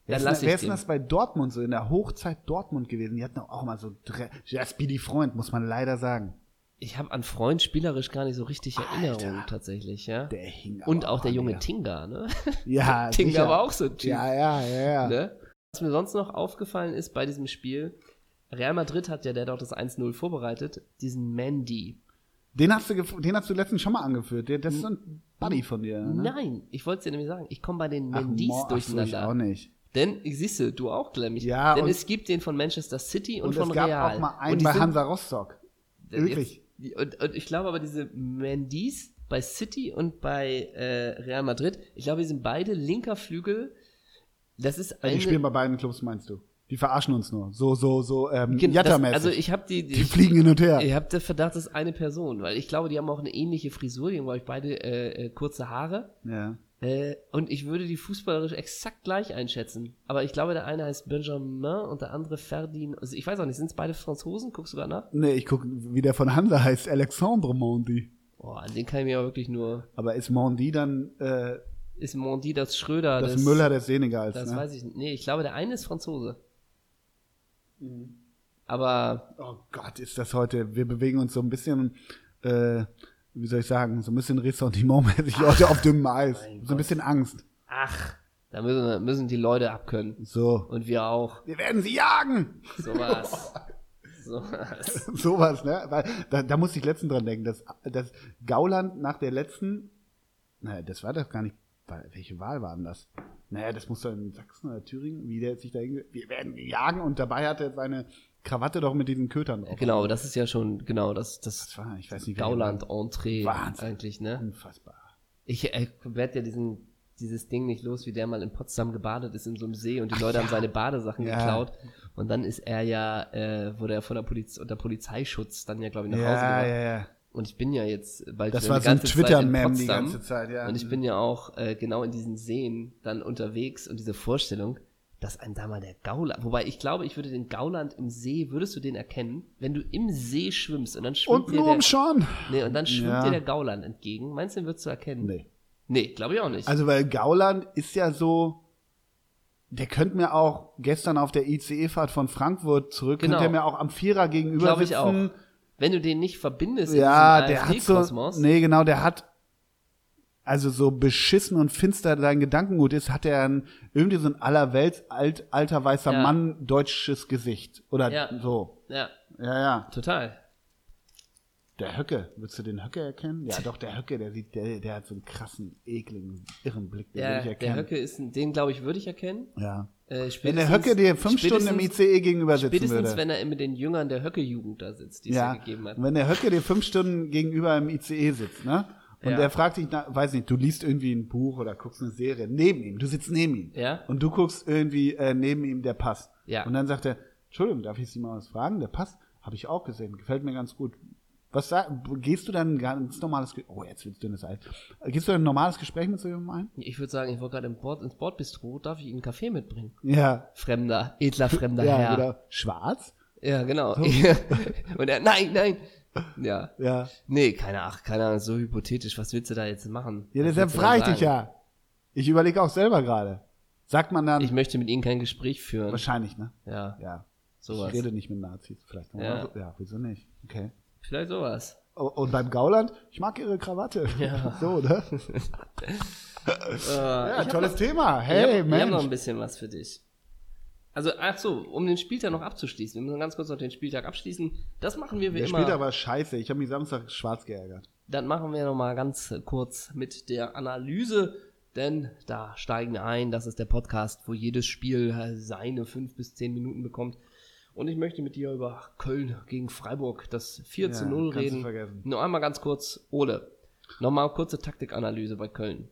Speaker 2: Wer
Speaker 1: dann
Speaker 2: ist
Speaker 1: lass
Speaker 2: denn-
Speaker 1: ich
Speaker 2: wer ist denn
Speaker 1: den.
Speaker 2: das bei Dortmund so in der Hochzeit Dortmund gewesen? Die hatten auch mal so, Dre ja, Speedy Freund, muss man leider sagen.
Speaker 1: Ich habe an Freund spielerisch gar nicht so richtig Erinnerung tatsächlich, ja.
Speaker 2: Der oh, hing
Speaker 1: Und
Speaker 2: aber
Speaker 1: auch der
Speaker 2: an
Speaker 1: junge
Speaker 2: mir.
Speaker 1: Tinga, ne?
Speaker 2: Ja,
Speaker 1: Tinga
Speaker 2: sicher.
Speaker 1: war auch so ein Typ.
Speaker 2: Ja, ja, ja, ja.
Speaker 1: Ne? Was mir sonst noch aufgefallen ist bei diesem Spiel, Real Madrid hat ja, der dort das 1-0 vorbereitet, diesen Mandy.
Speaker 2: Den hast du, gef- den hast du letztens schon mal angeführt. Der, das ist so ein Buddy von dir. Ne?
Speaker 1: Nein, ich wollte es dir nämlich sagen, ich komme bei den
Speaker 2: Ach,
Speaker 1: Mandys
Speaker 2: Mo- ach so,
Speaker 1: durcheinander.
Speaker 2: ich auch nicht.
Speaker 1: Denn, siehst du, du auch, Glemmich.
Speaker 2: Ja,
Speaker 1: Denn
Speaker 2: und-
Speaker 1: es gibt den von Manchester City und,
Speaker 2: Und,
Speaker 1: von
Speaker 2: es gab
Speaker 1: Real.
Speaker 2: auch mal einen
Speaker 1: und die
Speaker 2: bei
Speaker 1: sind-
Speaker 2: Hansa Rostock.
Speaker 1: jetzt-
Speaker 2: Wirklich.
Speaker 1: die- Und, und ich glaube aber, diese Mendies bei City und bei äh, Real Madrid, ich glaube, die sind beide linker Flügel. Das ist
Speaker 2: Die
Speaker 1: eine...
Speaker 2: spielen bei beiden Clubs, meinst du? Die verarschen uns nur. So, so, so, ähm,
Speaker 1: Gen- das,
Speaker 2: Jatta-mäßig.
Speaker 1: also ich habe die...
Speaker 2: die fliegen hin und her.
Speaker 1: Ich habe den Verdacht, das ist eine Person, weil ich glaube, die haben auch eine ähnliche Frisur, die haben, glaube ich, beide äh, äh, kurze Haare.
Speaker 2: Ja.
Speaker 1: Äh, und ich würde die fußballerisch exakt gleich einschätzen. Aber ich glaube, der eine heißt Benjamin und der andere Ferdinand. Also ich weiß auch nicht, sind es beide Franzosen? Guckst du gerade nach?
Speaker 2: Nee, ich gucke, wie der von Hansa heißt, Alexandre Mondi.
Speaker 1: Oh, an den kann ich mir aber wirklich nur.
Speaker 2: Aber ist Mondi dann äh,
Speaker 1: Ist Mondi das Schröder?
Speaker 2: das,
Speaker 1: des-
Speaker 2: Müller des Senegals?
Speaker 1: Das
Speaker 2: ne?
Speaker 1: weiß ich nicht. Nee, ich glaube, der eine ist Franzose. Aber
Speaker 2: Oh Gott, ist das heute. Wir bewegen uns so ein bisschen, äh, wie soll ich sagen, so ein bisschen ressentimentmäßig
Speaker 1: Ah,
Speaker 2: heute auf dünnem Eis. So ein bisschen Angst.
Speaker 1: ach, da müssen, müssen die Leute abkönnen.
Speaker 2: So.
Speaker 1: Und wir auch.
Speaker 2: Wir werden sie jagen!
Speaker 1: Sowas. Sowas.
Speaker 2: Sowas, ne? Weil da, da musste ich letzten dran denken, dass, dass Gauland nach der letzten, naja, das war doch gar nicht Weil- Welche Wahl war denn das? Naja, das muss doch in Sachsen oder Thüringen, wie der jetzt sich da hinge- Wir werden ihn jagen und dabei hat er seine Krawatte doch mit diesen Kötern drauf.
Speaker 1: Genau, aber das ist ja schon, genau, das, das
Speaker 2: Das war, ich weiß nicht, der
Speaker 1: Gauland Entree
Speaker 2: Wahnsinn.
Speaker 1: eigentlich,
Speaker 2: war.
Speaker 1: ne?
Speaker 2: Unfassbar.
Speaker 1: Ich äh, werd ja diesen, dieses Ding nicht los, wie der mal in Potsdam gebadet ist in so einem See und die Leute haben seine Badesachen
Speaker 2: Ja.
Speaker 1: geklaut. Und dann ist er ja, äh, wurde er von der Poliz unter Polizeischutz dann ja, glaube ich, nach Hause
Speaker 2: Ja,
Speaker 1: gebracht.
Speaker 2: ja, ja.
Speaker 1: Und ich bin ja jetzt bald
Speaker 2: Das
Speaker 1: wieder
Speaker 2: war
Speaker 1: die
Speaker 2: so ein
Speaker 1: ganze Zeit
Speaker 2: Twitter-Meme
Speaker 1: in
Speaker 2: die
Speaker 1: Potsdam.
Speaker 2: ganze Zeit, ja.
Speaker 1: Und ich bin ja auch äh, genau in diesen Seen dann unterwegs und diese Vorstellung, dass ein da mal der Gauland, wobei ich glaube, ich würde den Gauland im See, würdest du den erkennen, wenn du im See schwimmst und dann schwimmt,
Speaker 2: Und
Speaker 1: dir
Speaker 2: nur
Speaker 1: der,
Speaker 2: um Sean.
Speaker 1: nee, und dann schwimmt
Speaker 2: Ja.
Speaker 1: dir der Gauland entgegen. Meinst du, den würdest du erkennen?
Speaker 2: Nee.
Speaker 1: Nee, glaube ich auch nicht.
Speaker 2: Also, weil Gauland ist ja so, der könnte mir auch gestern auf der ICE-Fahrt von Frankfurt zurück,
Speaker 1: Genau.
Speaker 2: könnte er mir auch am Vierer gegenüber
Speaker 1: Glaub ich
Speaker 2: sitzen.
Speaker 1: wenn du den nicht verbindest
Speaker 2: Ja,
Speaker 1: in
Speaker 2: der
Speaker 1: diesem
Speaker 2: hat so,
Speaker 1: AfD-Kosmos,
Speaker 2: nee, genau, der hat, also so beschissen und finster sein Gedankengut ist, hat er ein, irgendwie so ein allerwelts alt, alter weißer
Speaker 1: Ja.
Speaker 2: Mann deutsches Gesicht. Oder
Speaker 1: Ja.
Speaker 2: so.
Speaker 1: ja,
Speaker 2: Ja, ja.
Speaker 1: total.
Speaker 2: Der Höcke. Würdest du den Höcke erkennen? Ja, doch, der Höcke, der sieht, der, der hat so einen krassen, ekligen, irren Blick, den
Speaker 1: Der,
Speaker 2: würde ich
Speaker 1: der
Speaker 2: erkennen.
Speaker 1: Höcke ist, ein- den glaube ich, würde ich erkennen.
Speaker 2: ja.
Speaker 1: Äh,
Speaker 2: Wenn der
Speaker 1: spätestens-
Speaker 2: Höcke dir fünf Stunden im
Speaker 1: spätestens-
Speaker 2: ICE gegenüber sitzen
Speaker 1: Spätestens,
Speaker 2: würde.
Speaker 1: wenn er mit den Jüngern der Höcke-Jugend da sitzt, die es ja.
Speaker 2: ja,
Speaker 1: gegeben hat.
Speaker 2: wenn der Höcke dir fünf Stunden gegenüber im ICE sitzt, ne? Und
Speaker 1: Ja.
Speaker 2: der fragt dich, na, weiß nicht, du liest irgendwie ein Buch oder guckst eine Serie neben ihm, du sitzt neben ihm.
Speaker 1: Ja.
Speaker 2: Und du guckst irgendwie äh, neben ihm der Pass.
Speaker 1: Ja.
Speaker 2: Und dann sagt er, Entschuldigung, darf ich Sie mal was fragen? Der Pass habe ich auch gesehen, gefällt mir ganz gut. Was sag, gehst du dann ein ganz normales, Ge- oh, jetzt wird's dünnes Eis. Gehst du dann ein normales Gespräch mit so jemandem ein?
Speaker 1: Ich würde sagen, ich wollte gerade im Bord, ins Bordbistro, darf ich Ihnen einen Kaffee mitbringen?
Speaker 2: Ja.
Speaker 1: Fremder, edler fremder
Speaker 2: ja,
Speaker 1: Herr.
Speaker 2: Oder schwarz?
Speaker 1: Ja, genau. Und er, nein, nein. Ja.
Speaker 2: Ja.
Speaker 1: Nee, keine Ahnung, keine Ahnung, so hypothetisch, was willst du da jetzt machen?
Speaker 2: Ja,
Speaker 1: Was
Speaker 2: deshalb
Speaker 1: willst du da
Speaker 2: frage ich dich
Speaker 1: sagen?
Speaker 2: ja. Ich überlege auch selber gerade. Sagt man dann
Speaker 1: Ich möchte mit Ihnen kein Gespräch führen.
Speaker 2: wahrscheinlich, ne?
Speaker 1: Ja,
Speaker 2: Ja.
Speaker 1: sowas.
Speaker 2: Ich rede nicht mit Nazis. Vielleicht kann man
Speaker 1: Ja.
Speaker 2: auch- ja, wieso nicht? Okay.
Speaker 1: Vielleicht sowas.
Speaker 2: O- Und beim Gauland, ich mag ihre Krawatte.
Speaker 1: Ja.
Speaker 2: So, ne?
Speaker 1: Äh,
Speaker 2: Ja,
Speaker 1: ich hab
Speaker 2: tolles Thema.
Speaker 1: ich
Speaker 2: Hey,
Speaker 1: hab, Ich hab noch ein
Speaker 2: Mensch.
Speaker 1: bisschen was für dich. Also, ach so, um den Spieltag noch abzuschließen. Wir müssen ganz kurz noch den Spieltag abschließen. Das machen wir wie
Speaker 2: Der
Speaker 1: immer.
Speaker 2: Spieltag war scheiße. Ich habe mich Samstag schwarz geärgert.
Speaker 1: Dann machen wir nochmal ganz kurz mit der Analyse, denn da steigen wir ein. Das ist der Podcast, wo jedes Spiel seine fünf bis zehn Minuten bekommt. Und ich möchte mit dir über Köln gegen Freiburg, das 4 zu
Speaker 2: Ja,
Speaker 1: 0
Speaker 2: kannst du
Speaker 1: reden.
Speaker 2: vergessen.
Speaker 1: Nur einmal ganz kurz, Ole, nochmal kurze Taktikanalyse bei Köln.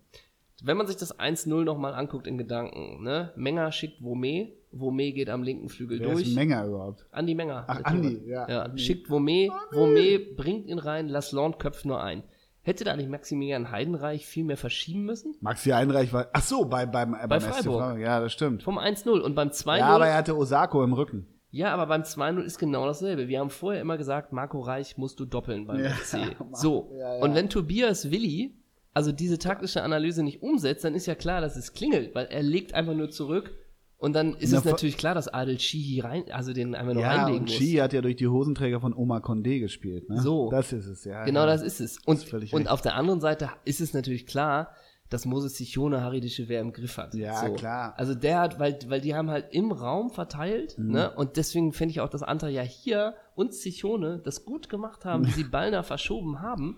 Speaker 1: Wenn man sich das 1-0 nochmal anguckt in Gedanken, ne? Menger schickt Wome, Wome geht am linken Flügel
Speaker 2: Wer
Speaker 1: durch.
Speaker 2: ist Menger überhaupt?
Speaker 1: Andi Menger.
Speaker 2: Ach,
Speaker 1: Der Torwart.
Speaker 2: Andi, ja,
Speaker 1: ja
Speaker 2: Andi.
Speaker 1: Schickt Womé, Womé bringt ihn rein, Lasland köpft nur ein. Hätte da nicht Maximilian Heidenreich viel mehr verschieben müssen?
Speaker 2: Maxi Einreich war. Ach so, bei, beim, äh, beim SC
Speaker 1: Freiburg.
Speaker 2: Freiburg. Ja, das stimmt.
Speaker 1: Vom 1-0 und beim 2-0.
Speaker 2: Ja, aber er hatte Osako im Rücken.
Speaker 1: Ja, aber beim 2-0 ist genau dasselbe. Wir haben vorher immer gesagt, Marco Reich musst du doppeln beim
Speaker 2: Ja,
Speaker 1: FC.
Speaker 2: Mann.
Speaker 1: So.
Speaker 2: Ja, ja.
Speaker 1: Und wenn Tobias Willi also diese taktische Analyse nicht umsetzt, dann ist ja klar, dass es klingelt, weil er legt einfach nur zurück und dann ist
Speaker 2: Na,
Speaker 1: es
Speaker 2: vor-
Speaker 1: natürlich klar, dass Adel Chihi rein, also den einfach nur
Speaker 2: Ja,
Speaker 1: reinlegen
Speaker 2: und
Speaker 1: muss.
Speaker 2: Chi hat ja durch die Hosenträger von Oma Condé gespielt. Ne?
Speaker 1: So.
Speaker 2: Das ist es, ja.
Speaker 1: Genau
Speaker 2: ja.
Speaker 1: das ist es. Und,
Speaker 2: ist völlig
Speaker 1: und
Speaker 2: richtig.
Speaker 1: auf der anderen Seite ist es natürlich klar, dass Moses Sichone Haridische Wehr im Griff hat.
Speaker 2: Ja,
Speaker 1: so.
Speaker 2: klar. Mhm.
Speaker 1: Also der hat, weil, weil die haben halt im Raum verteilt, ne? Und deswegen finde ich auch, dass Anta ja hier und Sichone das gut gemacht haben, wie sie Ballner verschoben haben.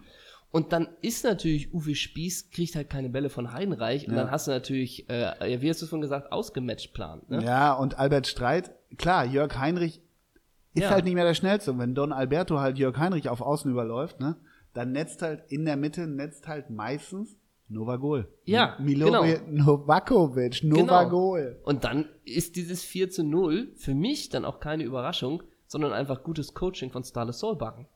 Speaker 1: Und dann ist natürlich Uwe Spieß, kriegt halt keine Bälle von Heidenreich. Und
Speaker 2: Ja.
Speaker 1: dann hast du natürlich, äh, wie hast du es schon gesagt, ausgematcht plan. Ne?
Speaker 2: Ja, und Albert Streit, klar, Jörg Heinrich ist
Speaker 1: Ja.
Speaker 2: halt nicht mehr der Schnellste. Und wenn Don Alberto halt Jörg Heinrich auf Außen überläuft, ne, dann netzt halt in der Mitte, netzt halt meistens Novagol.
Speaker 1: Ja,
Speaker 2: Milo
Speaker 1: genau.
Speaker 2: Novakovic, Novagol.
Speaker 1: Und dann ist dieses 4 zu 0 für mich dann auch keine Überraschung, sondern einfach gutes Coaching von Starle Solbakken.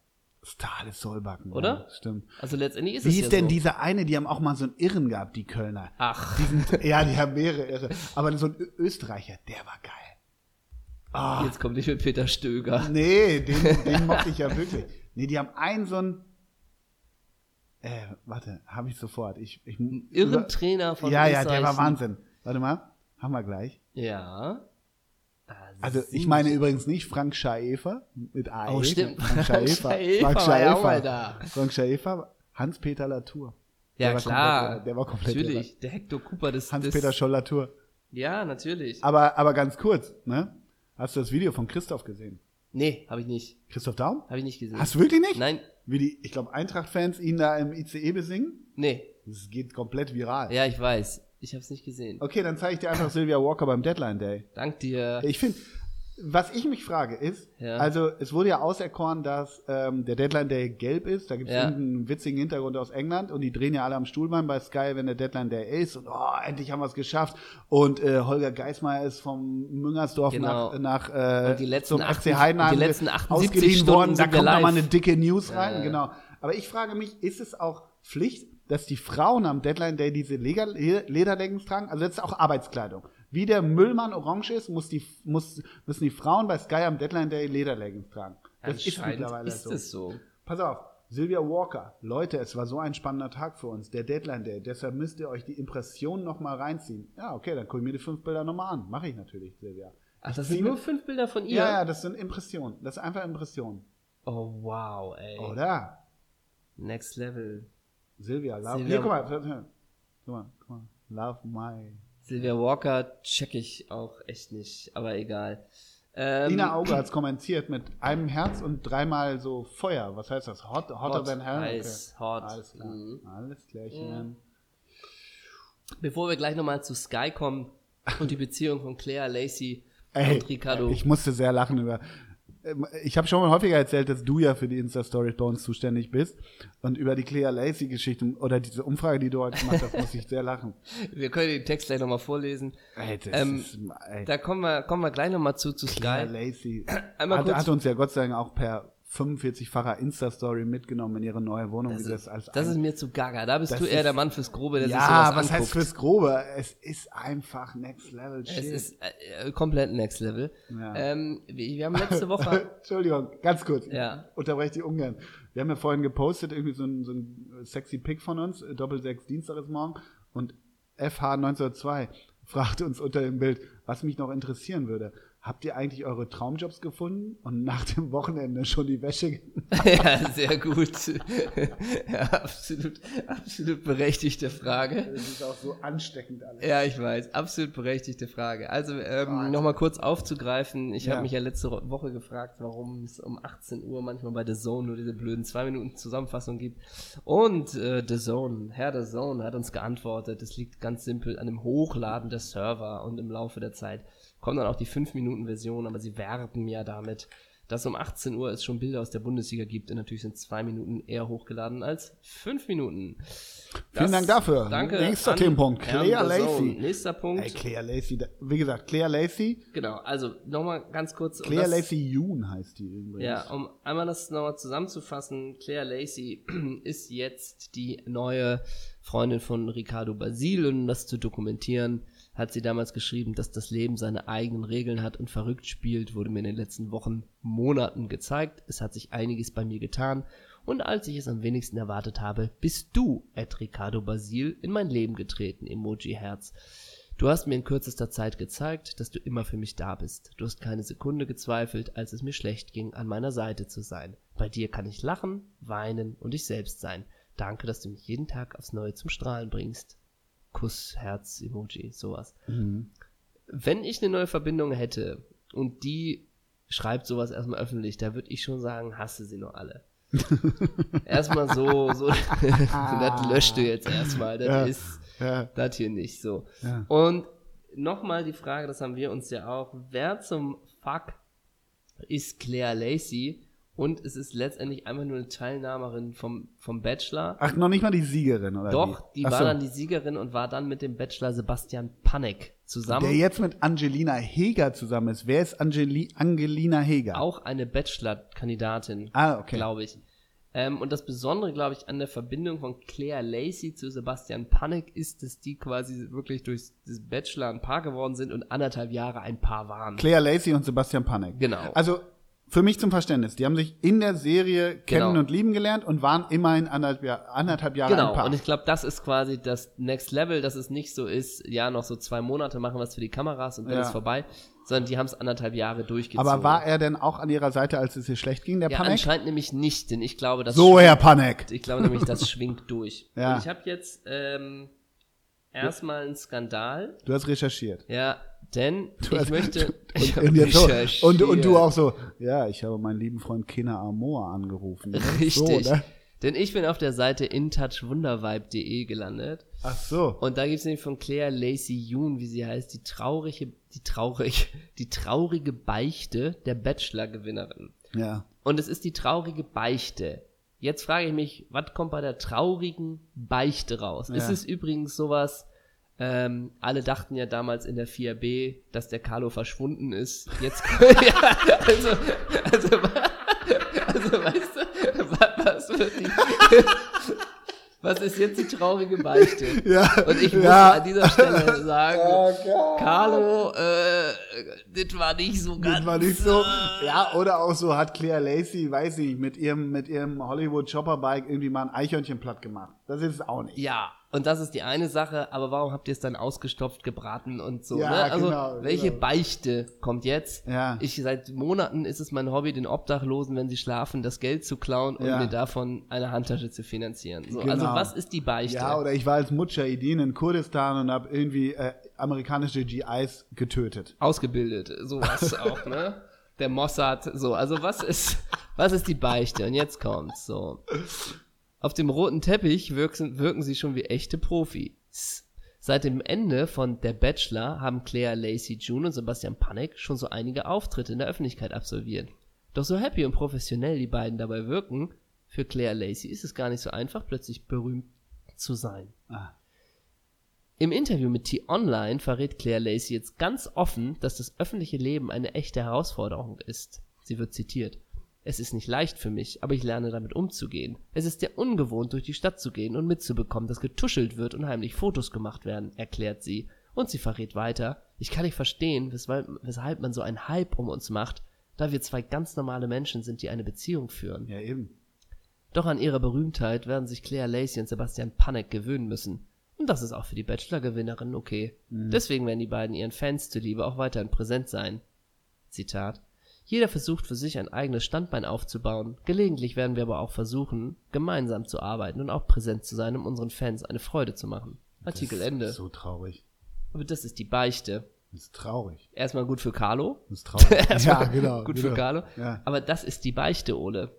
Speaker 2: Star des Solbacken.
Speaker 1: Oder?
Speaker 2: Ja, stimmt.
Speaker 1: Also letztendlich ist es
Speaker 2: Wie hieß
Speaker 1: ja
Speaker 2: denn
Speaker 1: so.
Speaker 2: diese eine, die haben auch mal so einen Irren gehabt, die Kölner.
Speaker 1: Ach,
Speaker 2: ja, die haben mehrere Irre. Aber so ein Ö- Österreicher, der war geil.
Speaker 1: jetzt kommt nicht mit Peter Stöger.
Speaker 2: Nee, den, den mochte ich ja wirklich. Nee, die haben einen so einen. Äh, warte, habe ich sofort. Ich, ich,
Speaker 1: Irren Trainer von
Speaker 2: Ja, ja,
Speaker 1: Österreich.
Speaker 2: der war Wahnsinn. Warte mal, haben wir gleich.
Speaker 1: Ja. Ah,
Speaker 2: Also ich
Speaker 1: sie-
Speaker 2: meine übrigens nicht Frank Schaefer mit AE.
Speaker 1: Oh, stimmt. Frank
Speaker 2: Frank Schaefer.
Speaker 1: Schaefer
Speaker 2: Frank
Speaker 1: war ja auch mal
Speaker 2: Schaefer.
Speaker 1: da.
Speaker 2: Frank Schaefer, Hans-Peter Latour.
Speaker 1: Ja,
Speaker 2: der war
Speaker 1: klar.
Speaker 2: komplett- der war komplett
Speaker 1: Natürlich, der Hector Cooper des...
Speaker 2: Hans-Peter
Speaker 1: des,
Speaker 2: Scholl Latour.
Speaker 1: Ja, natürlich.
Speaker 2: Aber, aber ganz kurz, ne? Hast du das Video von Christoph gesehen?
Speaker 1: Nee, habe ich nicht.
Speaker 2: Christoph Daum?
Speaker 1: Habe ich nicht gesehen.
Speaker 2: Hast du wirklich nicht?
Speaker 1: Nein,
Speaker 2: Wie die, ich glaube, Eintracht-Fans ihn da im ICE E besingen?
Speaker 1: nee.
Speaker 2: Das geht komplett viral.
Speaker 1: Ja, ich weiß. Ich habe es nicht gesehen.
Speaker 2: Okay, dann zeige ich dir einfach Sylvia Walker beim Deadline Day.
Speaker 1: Dank dir.
Speaker 2: Ich finde, was ich mich frage ist,
Speaker 1: Ja.
Speaker 2: also es wurde ja auserkoren, dass ähm, der Deadline Day gelb ist. Da gibt es
Speaker 1: Ja.
Speaker 2: irgendeinen witzigen Hintergrund aus England und die drehen ja alle am Stuhlbein bei Sky, wenn der Deadline Day ist. Und oh, endlich haben wir es geschafft. Und äh, Holger Geismeier ist vom Müngersdorf
Speaker 1: Genau.
Speaker 2: nach, nach äh,
Speaker 1: Und die letzten
Speaker 2: zum
Speaker 1: 80
Speaker 2: FC Heidenheim
Speaker 1: und die letzten 78
Speaker 2: ausgeliehen
Speaker 1: Stunden
Speaker 2: worden. Da
Speaker 1: sind wir
Speaker 2: kommt nochmal
Speaker 1: live.
Speaker 2: eine dicke News rein.
Speaker 1: ja.
Speaker 2: Genau. Aber ich frage mich, ist es auch Pflicht, dass die Frauen am Deadline Day diese Lega- Le- Lederleggings tragen? Also jetzt auch Arbeitskleidung. Wie der Müllmann orange ist, muss die, muss, müssen die Frauen bei Sky am Deadline Day Lederleggings tragen. Das ist
Speaker 1: Anscheinend
Speaker 2: mittlerweile
Speaker 1: ist
Speaker 2: so.
Speaker 1: es so.
Speaker 2: Pass auf, Sylvia Walker. Leute, es war so ein spannender Tag für uns, der Deadline Day. Deshalb müsst ihr euch die Impressionen nochmal reinziehen. Ja, okay, dann guck ich mir die fünf Bilder nochmal an. Mache ich natürlich, Sylvia.
Speaker 1: Ach, das sind nur fünf Bilder von ihr?
Speaker 2: Ja, ja, das sind Impressionen. Das ist einfach Impressionen.
Speaker 1: Oh, wow, ey.
Speaker 2: Oder?
Speaker 1: Next Level.
Speaker 2: Silvia, love.
Speaker 1: Silvia-
Speaker 2: Hier, guck mal, guck mal, guck mal, guck mal. Love my.
Speaker 1: Sylvia Walker check ich auch echt nicht, aber egal. Ähm,
Speaker 2: Ina Auge hat's kommentiert mit einem Herz und dreimal so Feuer. Was heißt das? Hot, hotter
Speaker 1: Hot,
Speaker 2: than hell?
Speaker 1: heiß, hot.
Speaker 2: Alles klar.
Speaker 1: Mhm.
Speaker 2: Alles klärchen.
Speaker 1: Bevor wir gleich nochmal zu Sky kommen und die Beziehung von Claire Lacey
Speaker 2: Ey,
Speaker 1: und Ricardo.
Speaker 2: ich musste sehr lachen über. Äh, Ich habe schon mal häufiger erzählt, dass du ja für die Insta-Stories bei uns zuständig bist. Und über die Clea Lacey-Geschichte oder diese Umfrage, die du heute gemacht hast, muss ich sehr lachen.
Speaker 1: wir können den Text gleich nochmal vorlesen.
Speaker 2: Ey, das
Speaker 1: Ähm,
Speaker 2: ist, ey,
Speaker 1: Da kommen wir, kommen wir gleich nochmal zu, zu
Speaker 2: Clea
Speaker 1: Sky.
Speaker 2: Lacey
Speaker 1: Einmal
Speaker 2: hat,
Speaker 1: kurz-
Speaker 2: hat uns ja Gott sei Dank auch per 45-facher Insta-Story mitgenommen in ihre neue Wohnung, wie sie das alles
Speaker 1: Das ist mir zu gaga. Da bist
Speaker 2: Das
Speaker 1: du eher
Speaker 2: ist-
Speaker 1: der Mann fürs Grobe, der sich
Speaker 2: Ja,
Speaker 1: sowas
Speaker 2: was
Speaker 1: anguckt.
Speaker 2: heißt fürs Grobe? Es ist einfach Next Level Shit.
Speaker 1: es ist äh, äh, komplett Next Level.
Speaker 2: Ja.
Speaker 1: Ähm, wir, wir haben letzte Woche
Speaker 2: Entschuldigung, ganz kurz.
Speaker 1: Ja.
Speaker 2: Unterbreche ich ungern. Wir haben ja vorhin gepostet, irgendwie so ein, so ein sexy Pick von uns, äh, Doppelsechs Dienstag ist morgen und FH1902 fragt uns unter dem Bild, was mich noch interessieren würde. Habt ihr eigentlich eure Traumjobs gefunden und nach dem Wochenende schon die Wäsche ge-
Speaker 1: ja, sehr gut. ja, absolut, absolut berechtigte Frage.
Speaker 2: Das ist auch so ansteckend alles.
Speaker 1: Ja, ich weiß. Absolut berechtigte Frage. Also ähm, nochmal kurz aufzugreifen. Ich
Speaker 2: Ja.
Speaker 1: habe mich ja letzte Woche gefragt, warum es um 18 Uhr manchmal bei The Zone nur diese blöden zwei Minuten Zusammenfassung gibt. Und äh, The Zone, Herr The Zone hat uns geantwortet, es liegt ganz simpel an dem Hochladen der Server und im Laufe der Zeit kommt dann auch die 5-Minuten-Version, aber sie werben ja damit, dass um 18 Uhr es schon Bilder aus der Bundesliga gibt und natürlich sind zwei Minuten eher hochgeladen als fünf Minuten.
Speaker 2: Vielen Dank dafür.
Speaker 1: Danke.
Speaker 2: Nächster
Speaker 1: an
Speaker 2: Themenpunkt.
Speaker 1: Herrn
Speaker 2: Claire
Speaker 1: The Zone.
Speaker 2: Lacey.
Speaker 1: Nächster Punkt.
Speaker 2: Ey, Claire Lacey, da- wie gesagt, Claire Lacey,
Speaker 1: Genau, also nochmal ganz kurz. um
Speaker 2: Claire
Speaker 1: das-
Speaker 2: Lacey Yoon heißt die übrigens.
Speaker 1: Ja, um einmal das nochmal zusammenzufassen, Claire Lacey ist jetzt die neue Freundin von Ricardo Basil und um das zu dokumentieren, hat sie damals geschrieben, dass das Leben seine eigenen Regeln hat und verrückt spielt, wurde mir in den letzten Wochen, Monaten gezeigt. Es hat sich einiges bei mir getan und als ich es am wenigsten erwartet habe, bist du, Ed Ricardo Basil, in mein Leben getreten, Emoji Herz. Du hast mir in kürzester Zeit gezeigt, dass du immer für mich da bist. Du hast keine Sekunde gezweifelt, als es mir schlecht ging, an meiner Seite zu sein. Bei dir kann ich lachen, weinen und ich selbst sein. Danke, dass du mich jeden Tag aufs Neue zum Strahlen bringst. Kuss, Herz, Emoji, sowas.
Speaker 2: Mhm.
Speaker 1: Wenn ich eine neue Verbindung hätte und die schreibt sowas erstmal öffentlich, da würde ich schon sagen, hasse sie nur alle. erstmal so, so, das löscht du jetzt erstmal. Das
Speaker 2: Ja.
Speaker 1: ist,
Speaker 2: Ja.
Speaker 1: das hier nicht so.
Speaker 2: Ja.
Speaker 1: Und nochmal die Frage, das haben wir uns ja auch, wer zum Fuck ist Claire Lacey? Und es ist letztendlich einfach nur eine Teilnehmerin vom, vom Bachelor.
Speaker 2: Ach, noch nicht mal Ah, die Siegerin, oder?
Speaker 1: Doch, die
Speaker 2: Ach
Speaker 1: war
Speaker 2: so.
Speaker 1: dann die Siegerin und war dann mit dem Bachelor Sebastian Panek zusammen.
Speaker 2: Der jetzt mit Angelina Heger zusammen ist. Wer ist Angeli Angelina Heger?
Speaker 1: auch eine Bachelor-Kandidatin,
Speaker 2: Ah, okay.
Speaker 1: glaube ich. Ähm, und das Besondere, glaube ich, an der Verbindung von Claire Lacey zu Sebastian Panek ist, dass die quasi wirklich durch das Bachelor ein Paar geworden sind und anderthalb Jahre ein Paar waren.
Speaker 2: Claire Lacey und Sebastian Panek.
Speaker 1: Genau.
Speaker 2: Also, für mich zum Verständnis. Die haben sich in der Serie kennen
Speaker 1: Genau.
Speaker 2: und lieben gelernt und waren immerhin anderthalb, Jahr, anderthalb Jahre ein
Speaker 1: Genau,
Speaker 2: Paar.
Speaker 1: und ich glaube, das ist quasi das Next Level, dass es nicht so ist, ja, noch so zwei Monate machen wir es für die Kameras und dann
Speaker 2: Ja.
Speaker 1: ist vorbei, sondern die haben es anderthalb Jahre durchgezogen.
Speaker 2: Aber war er denn auch an ihrer Seite, als es ihr schlecht ging, der
Speaker 1: ja,
Speaker 2: Panek?
Speaker 1: anscheinend nämlich nicht, denn ich glaube, das
Speaker 2: So, Herr Panek.
Speaker 1: Ich glaube nämlich, das schwingt durch.
Speaker 2: Ja.
Speaker 1: Und ich habe jetzt ähm, erstmal einen Skandal.
Speaker 2: Du hast recherchiert.
Speaker 1: Ja, denn
Speaker 2: Du
Speaker 1: ich
Speaker 2: hast,
Speaker 1: möchte. ich hab
Speaker 2: und, und, jetzt so, und, und
Speaker 1: recherchiert.
Speaker 2: du auch so, ja, ich habe meinen lieben Freund Kena Amor angerufen. So,
Speaker 1: Richtig.
Speaker 2: ne?
Speaker 1: Denn ich bin auf der Seite intouchwundervibe.de gelandet.
Speaker 2: Ach so.
Speaker 1: Und da gibt es nämlich von Claire Lacey Yoon, wie sie heißt, die traurige, die traurig, die traurige Beichte der Bachelor-Gewinnerin.
Speaker 2: Ja.
Speaker 1: Und es ist die traurige Beichte. Jetzt frage ich mich, was kommt bei der traurigen Beichte raus?
Speaker 2: Ja.
Speaker 1: Ist es übrigens sowas, ähm, alle dachten ja damals in der 4B, dass der Carlo verschwunden ist. Jetzt, ja, also, also, also, weißt du, wa- was wird die, was ist jetzt die traurige Beichte?
Speaker 2: Ja.
Speaker 1: Und ich muss
Speaker 2: ja.
Speaker 1: an dieser Stelle sagen,
Speaker 2: Oh Gott.
Speaker 1: Carlo, äh, das war nicht so ganz.
Speaker 2: Das war nicht so. Ja, oder auch so hat Claire Lacey, weiß ich, mit ihrem, mit ihrem Hollywood Chopperbike irgendwie mal ein Eichhörnchen platt gemacht. Das ist es auch nicht.
Speaker 1: Ja, und das ist die eine Sache, aber warum habt ihr es dann ausgestopft, gebraten und so?
Speaker 2: Ja,
Speaker 1: ne? Also,
Speaker 2: genau,
Speaker 1: welche
Speaker 2: genau.
Speaker 1: Beichte kommt jetzt?
Speaker 2: Ja.
Speaker 1: Ich seit Monaten ist es mein Hobby, den Obdachlosen, wenn sie schlafen, das Geld zu klauen und
Speaker 2: Ja.
Speaker 1: mir davon eine Handtasche zu finanzieren. So,
Speaker 2: Genau.
Speaker 1: Also, was ist die Beichte?
Speaker 2: Ja, oder ich war als Mujahideen in Kurdistan und habe irgendwie äh, amerikanische GIs getötet.
Speaker 1: Ausgebildet, sowas auch, ne? Der Mossad, so, also was ist, was ist die Beichte? Und jetzt kommt's, so. Auf dem roten Teppich wirken, wirken sie schon wie echte Profis. Seit dem Ende von Der Bachelor haben Claire Lacey June und Sebastian Panek schon so einige Auftritte in der Öffentlichkeit absolviert. Doch so happy und professionell die beiden dabei wirken, für Claire Lacey ist es gar nicht so einfach, plötzlich berühmt zu sein.
Speaker 2: Ah.
Speaker 1: Im Interview mit T-Online verrät Claire Lacey jetzt ganz offen, dass das öffentliche Leben eine echte Herausforderung ist. Sie wird zitiert. Es ist nicht leicht für mich, aber ich lerne damit umzugehen. Es ist sehr ungewohnt, durch die Stadt zu gehen und mitzubekommen, dass getuschelt wird und heimlich Fotos gemacht werden, erklärt sie. Und sie verrät weiter. Ich kann nicht verstehen, weshalb, weshalb man so einen Hype um uns macht, da wir zwei ganz normale Menschen sind, die eine Beziehung führen.
Speaker 2: Ja, eben.
Speaker 1: Doch an ihrer Berühmtheit werden sich Claire Lacey und Sebastian Panek gewöhnen müssen. Und das ist auch für die Bachelor-Gewinnerin okay.
Speaker 2: Mhm.
Speaker 1: Deswegen werden die beiden ihren Fans zuliebe auch weiterhin präsent sein. Zitat. Jeder versucht für sich ein eigenes Standbein aufzubauen. Gelegentlich werden wir aber auch versuchen, gemeinsam zu arbeiten und auch präsent zu sein, um unseren Fans eine Freude zu machen. Artikel
Speaker 2: das ist
Speaker 1: Ende.
Speaker 2: So traurig.
Speaker 1: Aber das ist die Beichte.
Speaker 2: Das ist traurig.
Speaker 1: Erstmal gut für Carlo.
Speaker 2: Das ist traurig. ja, genau.
Speaker 1: Gut
Speaker 2: genau.
Speaker 1: für Carlo.
Speaker 2: Ja.
Speaker 1: Aber das ist die Beichte, Ole.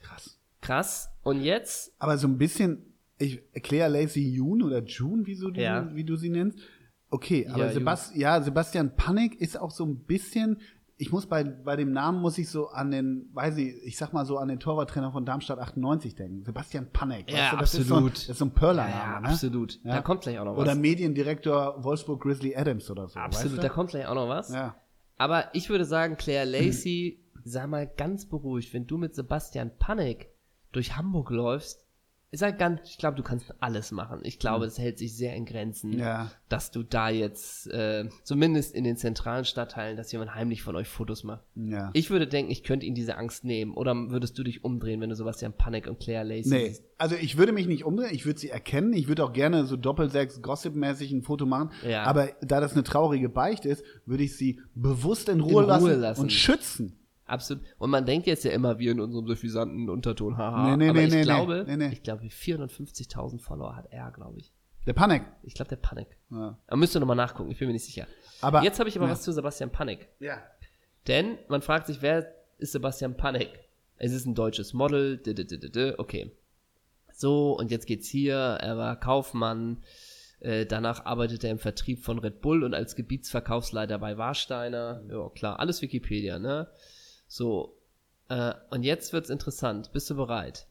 Speaker 2: Krass.
Speaker 1: Krass. Und jetzt
Speaker 2: Aber so ein bisschen, ich, Claire Lacey Yoon oder June, wie, so du,
Speaker 1: Ja.
Speaker 2: wie du sie nennst. Okay, aber
Speaker 1: Ja,
Speaker 2: Sebast ja, Sebastian Panik ist auch so ein bisschen, ich muss bei, bei dem Namen muss ich so an den, weiß ich, ich sag mal so an den Torwarttrainer von Darmstadt 98 denken. Sebastian Panik.
Speaker 1: Ja,
Speaker 2: das
Speaker 1: absolut.
Speaker 2: Ist so ein, das ist so ein Perler-Name,
Speaker 1: Ja,
Speaker 2: ne?
Speaker 1: absolut.
Speaker 2: Ja.
Speaker 1: Da kommt gleich auch noch was.
Speaker 2: Oder Mediendirektor Wolfsburg Grizzly Adams oder so.
Speaker 1: absolut, da
Speaker 2: Weißt
Speaker 1: kommt gleich auch noch was.
Speaker 2: du? Ja.
Speaker 1: Aber ich würde sagen, Claire Lacey, sei mal ganz beruhigt, wenn du mit Sebastian Panik durch Hamburg läufst, sei ganz, ich glaube, du kannst alles machen. Ich glaube, es hält sich sehr in Grenzen,
Speaker 2: Hm. Ja.
Speaker 1: dass du da jetzt, äh, zumindest in den zentralen Stadtteilen, dass jemand heimlich von euch Fotos macht.
Speaker 2: ja.
Speaker 1: Ich würde denken, ich könnte ihnen diese Angst nehmen. Oder würdest du dich umdrehen, wenn du Sebastian Panik und Claire Lacey
Speaker 2: Nee,
Speaker 1: siehst?
Speaker 2: also ich würde mich nicht umdrehen, ich würde sie erkennen, ich würde auch gerne so doppelsechs Gossip-mäßig ein Foto machen,
Speaker 1: Ja.
Speaker 2: aber da das eine traurige Beichte ist, würde ich sie bewusst in Ruhe,
Speaker 1: Ruhe
Speaker 2: lassen,
Speaker 1: lassen.
Speaker 2: und schützen.
Speaker 1: Absolut. Und man denkt jetzt ja immer, wir in unserem suffisanten Unterton, haha.
Speaker 2: Nee, nee,
Speaker 1: Aber
Speaker 2: nee,
Speaker 1: ich
Speaker 2: nee,
Speaker 1: glaube,
Speaker 2: nee, nee.
Speaker 1: ich glaube, 450.000 Follower hat er, glaube ich.
Speaker 2: Der Panik.
Speaker 1: Ich glaube, der Panik.
Speaker 2: Ja.
Speaker 1: Man müsste nochmal nachgucken, ich bin mir nicht sicher.
Speaker 2: Aber-
Speaker 1: jetzt habe ich aber
Speaker 2: ja.
Speaker 1: was zu Sebastian Panik.
Speaker 2: Ja.
Speaker 1: Denn man fragt sich, wer ist Sebastian Panik? Es ist ein deutsches Model, d -d -d -d -d. okay. So, und jetzt geht's hier, er war Kaufmann, äh, danach arbeitete er im Vertrieb von Red Bull und als Gebietsverkaufsleiter bei Warsteiner. Ja, klar, alles Wikipedia, ne? So, äh, und jetzt wird's interessant. Bist du bereit?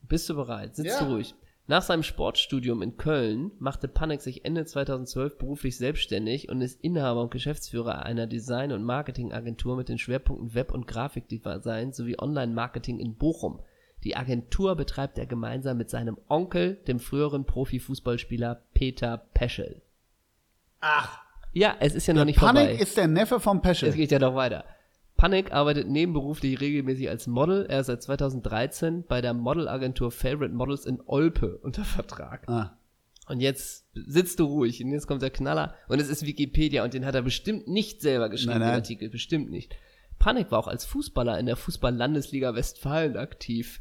Speaker 1: Bist du bereit? Sitzt
Speaker 2: Mhm. Ja.
Speaker 1: du ruhig. Nach seinem Sportstudium in Köln machte Panek sich Ende 2012 beruflich selbstständig und ist Inhaber und Geschäftsführer einer Design- und Marketingagentur mit den Schwerpunkten Web- und Grafikdesign sowie Online-Marketing in Bochum. Die Agentur betreibt er gemeinsam mit seinem Onkel, dem früheren Profifußballspieler Peter Peschel.
Speaker 2: Ach,
Speaker 1: Ja, es ist ja noch nicht
Speaker 2: Panik
Speaker 1: vorbei.
Speaker 2: ist der Neffe vom
Speaker 1: Es
Speaker 2: Peschel.
Speaker 1: geht ja noch weiter. Panik arbeitet nebenberuflich regelmäßig als Model. Er ist seit 2013 bei der Modelagentur Favorite Models in Olpe unter Vertrag.
Speaker 2: Ah.
Speaker 1: Und jetzt sitzt du ruhig und jetzt kommt der Knaller. Und es ist Wikipedia und den hat er bestimmt nicht selber geschrieben,
Speaker 2: Nein, nein.
Speaker 1: den Artikel. Bestimmt nicht. Panik war auch als Fußballer in der Fußball-Landesliga Westfalen aktiv.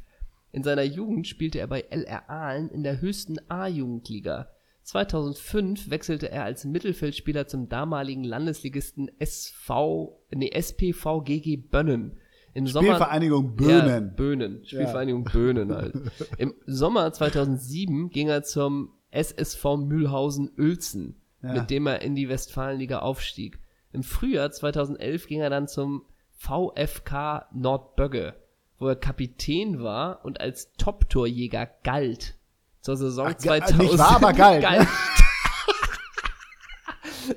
Speaker 1: In seiner Jugend spielte er bei LR Aalen in der höchsten A-Jugendliga. 2005 wechselte er als Mittelfeldspieler zum damaligen Landesligisten SV, nee, SPV GG Bönnen. Im Sommer.
Speaker 2: Spielvereinigung Böhnen.
Speaker 1: Ja, Böhnen. Spielvereinigung Böhnen halt. Im Sommer 2007 ging er zum SSV Mühlhausen-Uelzen,
Speaker 2: Ja.
Speaker 1: mit dem er in die Westfalenliga aufstieg. Im Frühjahr 2011 ging er dann zum VfK Nordbögge, wo er Kapitän war und als Top-Torjäger galt. Zur Saison
Speaker 2: Ach, ge-
Speaker 1: 2000.
Speaker 2: nicht war, aber galt, ne?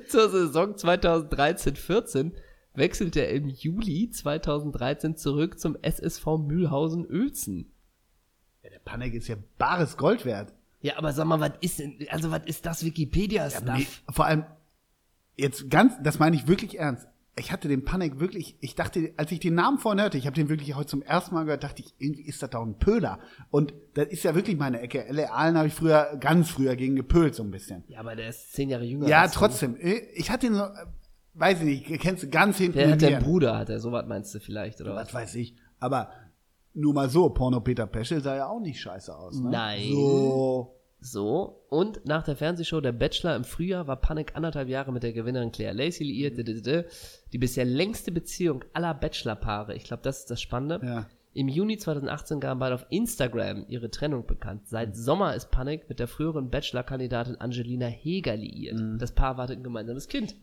Speaker 1: Zur Saison 2013-14 wechselte er im Juli 2013 zurück zum SSV Mühlhausen-Uelzen.
Speaker 2: Der Panek ist ja bares Gold wert.
Speaker 1: Ja, aber sag mal, was ist denn, also was ist das Wikipedia-Stuff?
Speaker 2: Nee, Vor allem, jetzt ganz, das meine ich wirklich ernst. Ich hatte den Panik wirklich, ich dachte, als ich den Namen vorhin hörte, ich habe den wirklich heute zum ersten Mal gehört, dachte ich, irgendwie ist das doch ein Pöhler. Und das ist ja wirklich meine Ecke. L.A. Allen habe ich früher, ganz früher gegen gepölt, so ein bisschen.
Speaker 1: ja, aber der ist zehn Jahre jünger.
Speaker 2: Ja,
Speaker 1: als du.
Speaker 2: trotzdem. Ich hatte ihn so, äh, weiß ich nicht, kennst du ganz hinten
Speaker 1: Der
Speaker 2: im
Speaker 1: hat der
Speaker 2: Hirn.
Speaker 1: Bruder, hat er, sowas meinst du vielleicht, oder was?
Speaker 2: Was weiß ich. Aber nur mal so, Porno Peter Peschel sah ja auch nicht scheiße aus. Ne?
Speaker 1: Nein.
Speaker 2: So.
Speaker 1: So, und nach der Fernsehshow Der Bachelor im Frühjahr war Panik anderthalb Jahre mit der Gewinnerin Claire Lacey liiert, ddddd, die bisher längste Beziehung aller Bachelor-Paare. Ich glaube, das ist das Spannende.
Speaker 2: Ja.
Speaker 1: Im Juni 2018 gaben beide auf Instagram ihre Trennung bekannt. Seit Sommer ist Panik mit der früheren Bachelor-Kandidatin Angelina Heger liiert. Das Paar wartet ein gemeinsames Kind.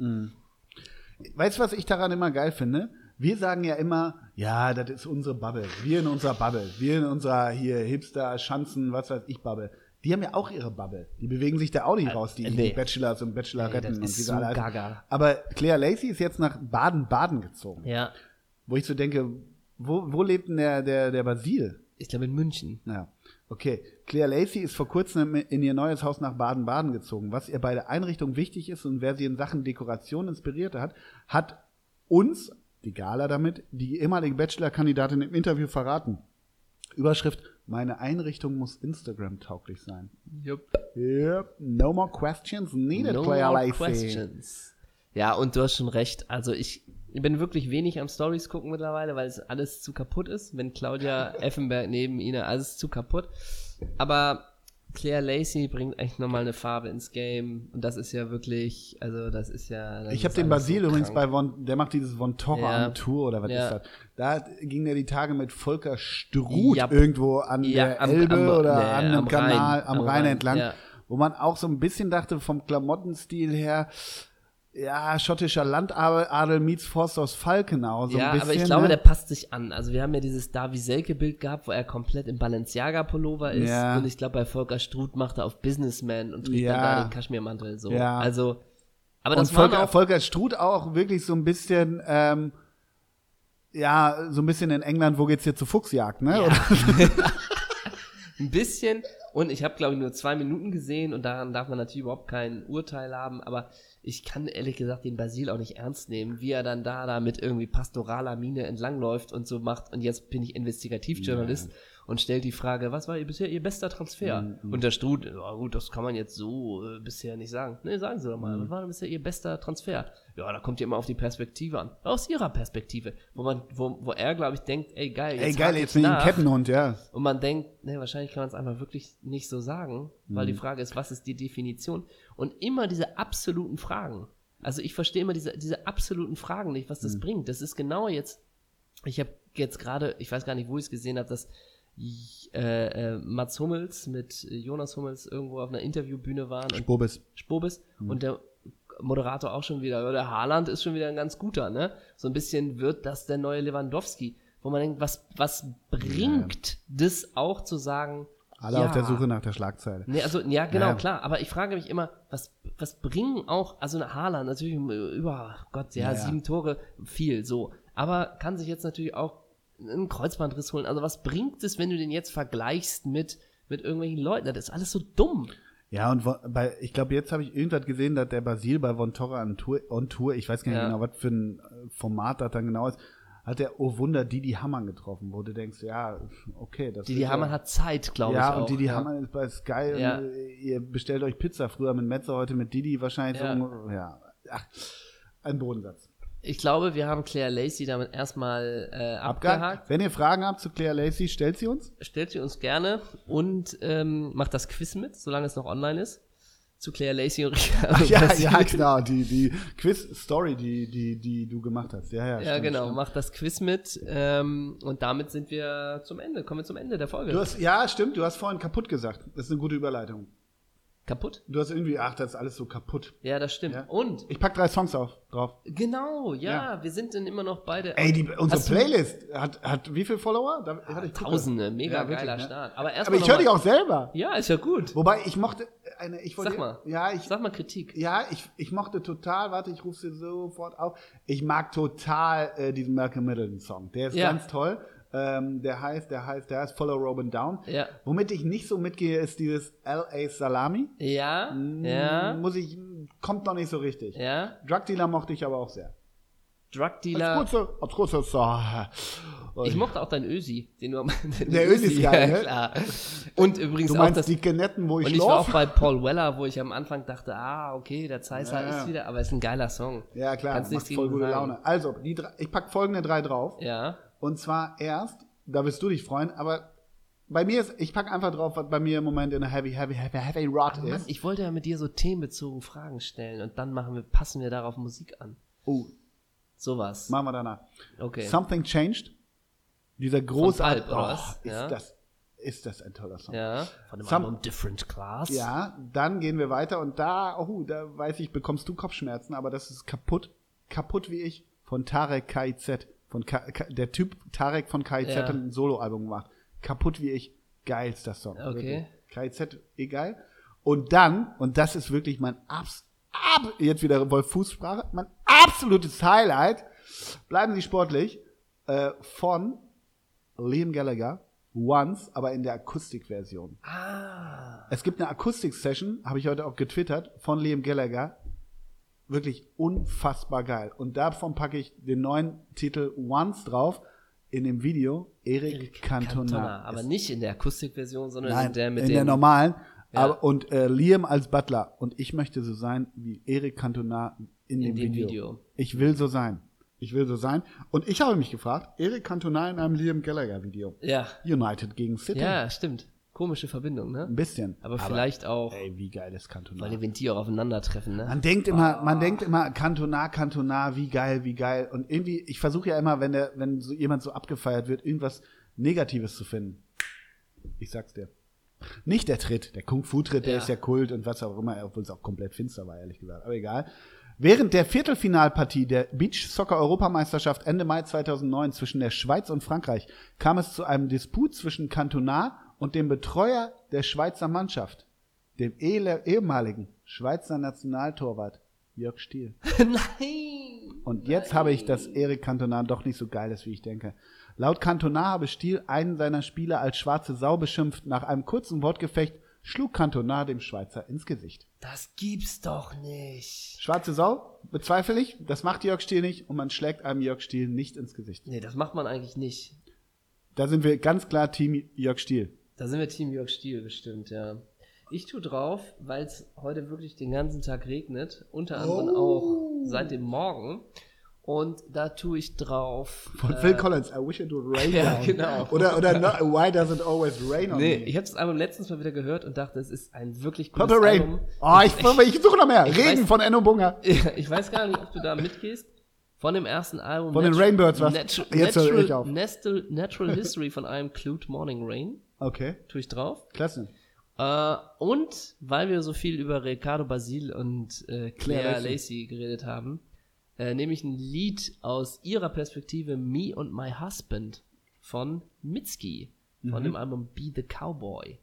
Speaker 2: Weißt du, was ich daran immer geil finde? Wir sagen ja immer, ja, das ist unsere Bubble. Wir in unserer Bubble. Wir in unserer hier Hipster, Schanzen, was weiß ich Bubble. Die haben ja auch ihre Bubble. Die bewegen sich da auch nicht raus, die,
Speaker 1: Äh, nee.
Speaker 2: die Bachelors und Bacheloretten
Speaker 1: Nee, das
Speaker 2: und
Speaker 1: ist
Speaker 2: wie sie
Speaker 1: so
Speaker 2: alle heißen.
Speaker 1: gaga.
Speaker 2: Aber Claire Lacey ist jetzt nach Baden-Baden gezogen.
Speaker 1: Ja,
Speaker 2: Wo ich so denke, wo, wo lebt denn der, der, der Basil?
Speaker 1: ich glaube in München.
Speaker 2: Ja, okay. Claire Lacey ist vor kurzem in ihr neues Haus nach Baden-Baden gezogen. Was ihr bei der Einrichtung wichtig ist und wer sie in Sachen Dekoration inspiriert hat, hat uns, die Gala damit, die ehemalige Bachelor-Kandidatin im Interview verraten. Überschrift, meine Einrichtung muss Instagram-tauglich sein.
Speaker 1: Jupp.
Speaker 2: Yep, no more questions needed,
Speaker 1: No
Speaker 2: Claire
Speaker 1: more
Speaker 2: Lacey.
Speaker 1: questions. Ja, und du hast schon recht. Also ich bin wirklich wenig am Stories gucken mittlerweile, weil es alles zu kaputt ist. Wenn Claudia Effenberg neben ihnen, alles zu kaputt. Aber Claire Lacey bringt echt nochmal eine Farbe ins Game. Und das ist ja wirklich, also das ist ja. das
Speaker 2: Ich habe
Speaker 1: ist
Speaker 2: den
Speaker 1: alles
Speaker 2: Basil
Speaker 1: so
Speaker 2: übrigens
Speaker 1: krank.
Speaker 2: bei Von, der macht dieses Von Torra
Speaker 1: Ja.
Speaker 2: on Tour oder was
Speaker 1: Ja.
Speaker 2: ist das? Da ging der die Tage mit Volker Struth
Speaker 1: Ja.
Speaker 2: irgendwo an
Speaker 1: Ja,
Speaker 2: der
Speaker 1: am-
Speaker 2: Elbe
Speaker 1: am-
Speaker 2: oder
Speaker 1: nee, am
Speaker 2: an einem
Speaker 1: Rhein,
Speaker 2: Kanal am,
Speaker 1: am
Speaker 2: Rhein
Speaker 1: Rhein,
Speaker 2: entlang,
Speaker 1: ja.
Speaker 2: wo man auch so ein bisschen dachte vom Klamottenstil her, ja, schottischer Landadel meets Forst aus Falkenau so
Speaker 1: ja,
Speaker 2: ein bisschen.
Speaker 1: aber ich glaube,
Speaker 2: ne?
Speaker 1: der passt sich an. Also wir haben ja dieses Davi Selke-Bild gehabt, wo er komplett im Balenciaga-Pullover ist.
Speaker 2: Ja.
Speaker 1: Und ich glaube, bei Volker Struth macht er auf Businessman und trägt dann
Speaker 2: Ja.
Speaker 1: da den Kaschmirmantel so.
Speaker 2: Ja.
Speaker 1: Also, aber
Speaker 2: und
Speaker 1: das waren
Speaker 2: Volker,
Speaker 1: auch,
Speaker 2: Volker Struth auch wirklich so ein bisschen, ähm, ja, so ein bisschen in England, wo geht's hier zur Fuchsjagd, ne?
Speaker 1: Ja.
Speaker 2: Oder-
Speaker 1: ein bisschen. Und ich habe, glaube ich, nur zwei Minuten gesehen und daran darf man natürlich überhaupt kein Urteil haben. Aber ich kann ehrlich gesagt den Basil auch nicht ernst nehmen, wie er dann da, da mit irgendwie pastoraler Miene entlangläuft und so macht. Und jetzt bin ich Investigativjournalist und stellt die Frage, was war ihr bisher ihr bester Transfer?
Speaker 2: Mhm,
Speaker 1: Und der Struth, ja gut, das kann man jetzt so äh, bisher nicht sagen. Nee, sagen Sie doch mal,
Speaker 2: Mhm.
Speaker 1: was war denn bisher Ihr bester Transfer? Ja, da kommt ja immer auf die Perspektive an. Aus Ihrer Perspektive. Wo man, wo, wo er, glaube ich, denkt, ey geil,
Speaker 2: Ey,
Speaker 1: jetzt
Speaker 2: geil,
Speaker 1: hake
Speaker 2: jetzt
Speaker 1: ich
Speaker 2: mit dem
Speaker 1: nach.
Speaker 2: Kettenhund, ja.
Speaker 1: Und man denkt, ne, wahrscheinlich kann man es einfach wirklich nicht so sagen, weil die Frage ist, was ist die Definition? Und immer diese absoluten Fragen. Also ich verstehe immer diese, diese absoluten Fragen nicht, was das bringt. Das ist genau jetzt, ich habe jetzt gerade, ich weiß gar nicht, wo ich es gesehen habe, dass äh, äh, Mats Hummels mit Jonas Hummels irgendwo auf einer Interviewbühne waren und
Speaker 2: Spobis.
Speaker 1: Spobis
Speaker 2: Mhm.
Speaker 1: und der Moderator auch schon wieder, oder Haaland ist schon wieder ein ganz guter, ne? So ein bisschen wird das der neue Lewandowski, wo man denkt, was, was bringt das auch zu sagen?
Speaker 2: Alle
Speaker 1: ja.
Speaker 2: auf der Suche nach der Schlagzeile.
Speaker 1: Nee, also, ja, genau,
Speaker 2: Ja.
Speaker 1: klar. Aber ich frage mich immer, was, was bringen auch, also ein Haaland, natürlich äh, über, oh Gott, ja,
Speaker 2: Ja.
Speaker 1: sieben Tore, viel, so. Aber kann sich jetzt natürlich auch einen Kreuzbandriss holen. Also was bringt es, wenn du den jetzt vergleichst mit, mit irgendwelchen Leuten? Das ist alles so dumm.
Speaker 2: Ja, und wo- bei, ich glaube, jetzt habe ich irgendwas gesehen, dass der Basil bei Von Torra on Tour, on Tour, ich weiß gar nicht
Speaker 1: Ja.
Speaker 2: genau, was für ein äh, Format das dann genau ist, hat der, oh Wunder, Didi Hamann getroffen, wo du denkst, ja, okay. Das
Speaker 1: Didi
Speaker 2: wird
Speaker 1: Hamann
Speaker 2: ja,
Speaker 1: hat halt Zeit, glaube ich
Speaker 2: Ja,
Speaker 1: auch. ne?
Speaker 2: und Didi Hamann ist bei Sky
Speaker 1: Ja.
Speaker 2: und äh, ihr bestellt euch Pizza früher mit Metzer, heute mit Didi wahrscheinlich.
Speaker 1: Ja.
Speaker 2: So, ja. Ach, ein Bodensatz.
Speaker 1: Ich glaube, wir haben Claire Lacey damit erstmal äh, abgehakt.
Speaker 2: Abgehakt. Wenn ihr Fragen habt zu Claire Lacey, stellt sie uns.
Speaker 1: Stellt sie uns gerne und ähm, macht das Quiz mit, solange es noch online ist. zu Claire Lacey und Ricardo.
Speaker 2: Ja,
Speaker 1: Basile.
Speaker 2: ja, genau, die, die Quiz-Story, die, die, die du gemacht hast. Ja, ja,
Speaker 1: Ja,
Speaker 2: stimmt,
Speaker 1: genau,
Speaker 2: stimmt.
Speaker 1: macht das Quiz mit ähm, und damit sind wir zum Ende, kommen wir zum Ende der Folge.
Speaker 2: Du hast, ja, stimmt, du hast vorhin kaputt gesagt. Das ist eine gute Überleitung.
Speaker 1: Kaputt?
Speaker 2: Du hast irgendwie, ach, das ist alles so kaputt.
Speaker 1: Ja, das stimmt.
Speaker 2: Ja.
Speaker 1: Und,
Speaker 2: Ich pack drei Songs auf, drauf.
Speaker 1: genau, ja, wir sind dann immer noch beide.
Speaker 2: Ey, die, unsere
Speaker 1: Hast du-
Speaker 2: Playlist hat, hat wie viel Follower? Da, hatte ich gucke.
Speaker 1: Tausende, mega
Speaker 2: Ja, wirklich,
Speaker 1: geiler
Speaker 2: ne?
Speaker 1: Start. Aber erstmal.
Speaker 2: Aber ich höre
Speaker 1: noch
Speaker 2: dich
Speaker 1: mal-
Speaker 2: auch selber.
Speaker 1: Ja, ist ja gut.
Speaker 2: Wobei, ich mochte eine, ich wollte.
Speaker 1: Sag mal.
Speaker 2: Ja, ich,
Speaker 1: Sag mal Kritik.
Speaker 2: ja, ich, ich mochte total, warte, ich rufe sie sofort auf. Ich mag total äh, diesen Malcolm Middleton Song. Der ist
Speaker 1: Ja.
Speaker 2: ganz toll. Ähm, der heißt, der heißt, der heißt Follow Robin Down.
Speaker 1: Ja.
Speaker 2: Womit ich nicht so mitgehe, ist dieses L.A. Salami.
Speaker 1: Ja,
Speaker 2: Mm,
Speaker 1: ja,
Speaker 2: Muss ich, kommt noch nicht so richtig.
Speaker 1: ja.
Speaker 2: Drug Dealer mochte ich aber auch sehr.
Speaker 1: Drug
Speaker 2: Als
Speaker 1: Dealer.
Speaker 2: kurze, als kurze, so.
Speaker 1: Ich mochte auch deinen Ösi, den du am den
Speaker 2: Der Ösi ist geil,
Speaker 1: ja,
Speaker 2: ne?
Speaker 1: klar. Und übrigens
Speaker 2: Du
Speaker 1: auch das
Speaker 2: meinst die Kenetten, wo ich,
Speaker 1: Und ich war auch bei Paul Weller, wo ich am Anfang dachte, ah, okay, der Zeisser
Speaker 2: Ja, ja.
Speaker 1: ist wieder, aber ist ein geiler Song.
Speaker 2: Ja, klar,
Speaker 1: Kannst nichts
Speaker 2: macht
Speaker 1: gegen
Speaker 2: voll gute
Speaker 1: sagen.
Speaker 2: Laune. Also, die drei, ich pack folgende drei drauf.
Speaker 1: Ja,
Speaker 2: Und zwar erst, da wirst du dich freuen, aber bei mir ist, ich pack einfach drauf, was bei mir im Moment in der Heavy, Heavy, Heavy, Heavy Rot
Speaker 1: Mann,
Speaker 2: ist.
Speaker 1: ich wollte ja mit dir so themenbezogene Fragen stellen und dann machen wir, passen wir darauf Musik an.
Speaker 2: Oh,
Speaker 1: Sowas.
Speaker 2: machen wir danach.
Speaker 1: Okay.
Speaker 2: Something Changed. Dieser
Speaker 1: Pulp,
Speaker 2: großartige,
Speaker 1: oder was?
Speaker 2: ist
Speaker 1: Ja.
Speaker 2: das, ist das ein toller Song.
Speaker 1: Ja. Von dem
Speaker 2: Some-
Speaker 1: Album Different Class.
Speaker 2: Ja, dann gehen wir weiter und da, oh, da weiß ich, bekommst du Kopfschmerzen, aber das ist kaputt, kaputt wie ich von Tarek KIZ. Von Ka Ka der Typ Tarek von KIZ
Speaker 1: Ja.
Speaker 2: hat ein Soloalbum gemacht. Kaputt wie ich, geilster Song.
Speaker 1: Okay.
Speaker 2: wirklich. KIZ, egal. Und dann, und das ist wirklich mein abs ab jetzt wieder Wolf-Fußsprache, mein absolutes Highlight, bleiben Sie sportlich, äh, von Liam Gallagher, Once, aber in der Akustikversion.
Speaker 1: Ah.
Speaker 2: Es gibt eine Akustik-Session, habe ich heute auch getwittert, von Liam Gallagher. Wirklich unfassbar geil. Und davon packe ich den neuen Titel Once drauf in dem Video Eric Cantona.
Speaker 1: Aber
Speaker 2: Ist-
Speaker 1: nicht in der Akustikversion, sondern
Speaker 2: Nein,
Speaker 1: in der mit
Speaker 2: in
Speaker 1: dem.
Speaker 2: der normalen.
Speaker 1: Ja.
Speaker 2: Aber, und äh, Liam als Butler. Und ich möchte so sein wie Eric Cantona in, dem,
Speaker 1: dem
Speaker 2: Video.
Speaker 1: Video.
Speaker 2: Ich will so sein. Ich will so sein. Und ich habe mich gefragt, Eric Cantona in einem Liam Gallagher Video.
Speaker 1: ja.
Speaker 2: United gegen City.
Speaker 1: Ja, stimmt. Komische Verbindung,
Speaker 2: Ein
Speaker 1: ne?
Speaker 2: bisschen.
Speaker 1: Aber vielleicht auch,
Speaker 2: Ey, wie geil ist Cantona?
Speaker 1: weil wenn die auch aufeinandertreffen, ne?
Speaker 2: Man denkt immer, man denkt immer, Kantonar, Kantonar, wie geil, wie geil. Und irgendwie, ich versuche ja immer, wenn der, wenn so jemand so abgefeiert wird, irgendwas Negatives zu finden. Ich sag's dir. Nicht der Tritt, der Kung-Fu-Tritt, der
Speaker 1: Ja.
Speaker 2: ist ja Kult und was auch immer, obwohl es auch komplett finster war, ehrlich gesagt. Aber egal. Während der Viertelfinalpartie der Beach Soccer Europameisterschaft Ende Mai 2009 zwischen der Schweiz und Frankreich kam es zu einem Disput zwischen Kantonar und dem Betreuer der Schweizer Mannschaft, dem ehle- ehemaligen Schweizer Nationaltorwart Jörg Stiel.
Speaker 1: Nein!
Speaker 2: Und jetzt habe ich, dass Erik Cantona doch nicht so geil ist, wie ich denke. Laut Cantona habe Stiel einen seiner Spieler als schwarze Sau beschimpft. Nach einem kurzen Wortgefecht schlug Cantona dem Schweizer ins Gesicht.
Speaker 1: Das gibt's doch nicht.
Speaker 2: Schwarze Sau? Bezweifle ich. Das macht Jörg Stiel nicht und man schlägt einem Jörg Stiel nicht ins Gesicht.
Speaker 1: Nee, das macht man eigentlich nicht.
Speaker 2: Da sind wir ganz klar Team Jörg Stiel.
Speaker 1: Da sind wir Team Jörg Stiel bestimmt, ja. Ich tu drauf, weil es heute wirklich den ganzen Tag regnet, unter
Speaker 2: Oh.
Speaker 1: anderem auch seit dem Morgen. Und da tu ich drauf.
Speaker 2: Von Phil Collins, I wish it would rain
Speaker 1: Ja,
Speaker 2: down.
Speaker 1: genau.
Speaker 2: Oder, oder no, why does it always rain on
Speaker 1: Nee,
Speaker 2: me?
Speaker 1: ich habe das Album letztens mal wieder gehört und dachte, es ist ein wirklich gutes
Speaker 2: Purple Rain.
Speaker 1: Album.
Speaker 2: Oh, ich, ich, suche noch mehr.
Speaker 1: ich
Speaker 2: Regen
Speaker 1: weiß-
Speaker 2: von Enno Bunga.
Speaker 1: ich weiß gar nicht, ob du da mitgehst. Von dem ersten Album.
Speaker 2: Von den
Speaker 1: Natu-
Speaker 2: Rainbirds, was?
Speaker 1: Natu
Speaker 2: Jetzt höre ich
Speaker 1: Natural-
Speaker 2: auf.
Speaker 1: Nestle- Natural History von einem Clued Morning Rain.
Speaker 2: Okay,
Speaker 1: Tu ich drauf.
Speaker 2: klasse.
Speaker 1: Äh, und weil wir so viel über Ricardo Basil und äh, Claire,
Speaker 2: Claire
Speaker 1: Lacey.
Speaker 2: Lacey.
Speaker 1: geredet haben, äh, nehme ich ein Lied aus ihrer Perspektive Me and My Husband von Mitski
Speaker 2: Mhm.
Speaker 1: von dem Album Be the Cowboy.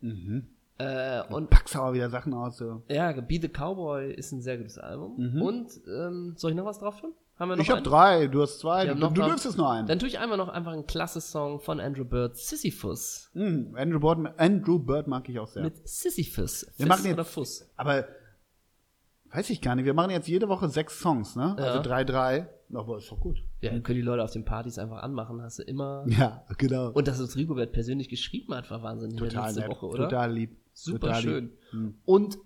Speaker 1: Äh, und
Speaker 2: Packst aber wieder Sachen aus. So.
Speaker 1: ja, Be the Cowboy ist ein sehr gutes Album. Und ähm, soll ich noch was drauf tun? Haben wir noch
Speaker 2: Mhm. Ich habe
Speaker 1: einen?
Speaker 2: drei, du hast zwei.
Speaker 1: Wir
Speaker 2: Du,
Speaker 1: haben
Speaker 2: du
Speaker 1: noch was.
Speaker 2: dürfst es nur einen.
Speaker 1: Dann tue ich einmal noch einfach einen klasse Song von Andrew Bird, Sisyphus.
Speaker 2: Mhm. Andrew, Bird, Andrew Bird mag ich auch sehr.
Speaker 1: Mit Sisyphus.
Speaker 2: Wir machen
Speaker 1: Fist
Speaker 2: jetzt-
Speaker 1: oder Fuss.
Speaker 2: aber weiß ich gar nicht. Wir machen jetzt jede Woche sechs Songs, ne?
Speaker 1: Ja.
Speaker 2: Also drei, drei. Aber ist doch gut.
Speaker 1: Ja, dann können die Leute auf den Partys einfach anmachen. Hast du immer
Speaker 2: Ja, genau.
Speaker 1: Und dass uns Rigobert persönlich geschrieben hat, war wahnsinnig
Speaker 2: total
Speaker 1: letzte
Speaker 2: nett.
Speaker 1: Woche, oder?
Speaker 2: Total lieb. Hm.
Speaker 1: Super
Speaker 2: total
Speaker 1: schön.
Speaker 2: Lieb. Mhm.
Speaker 1: Und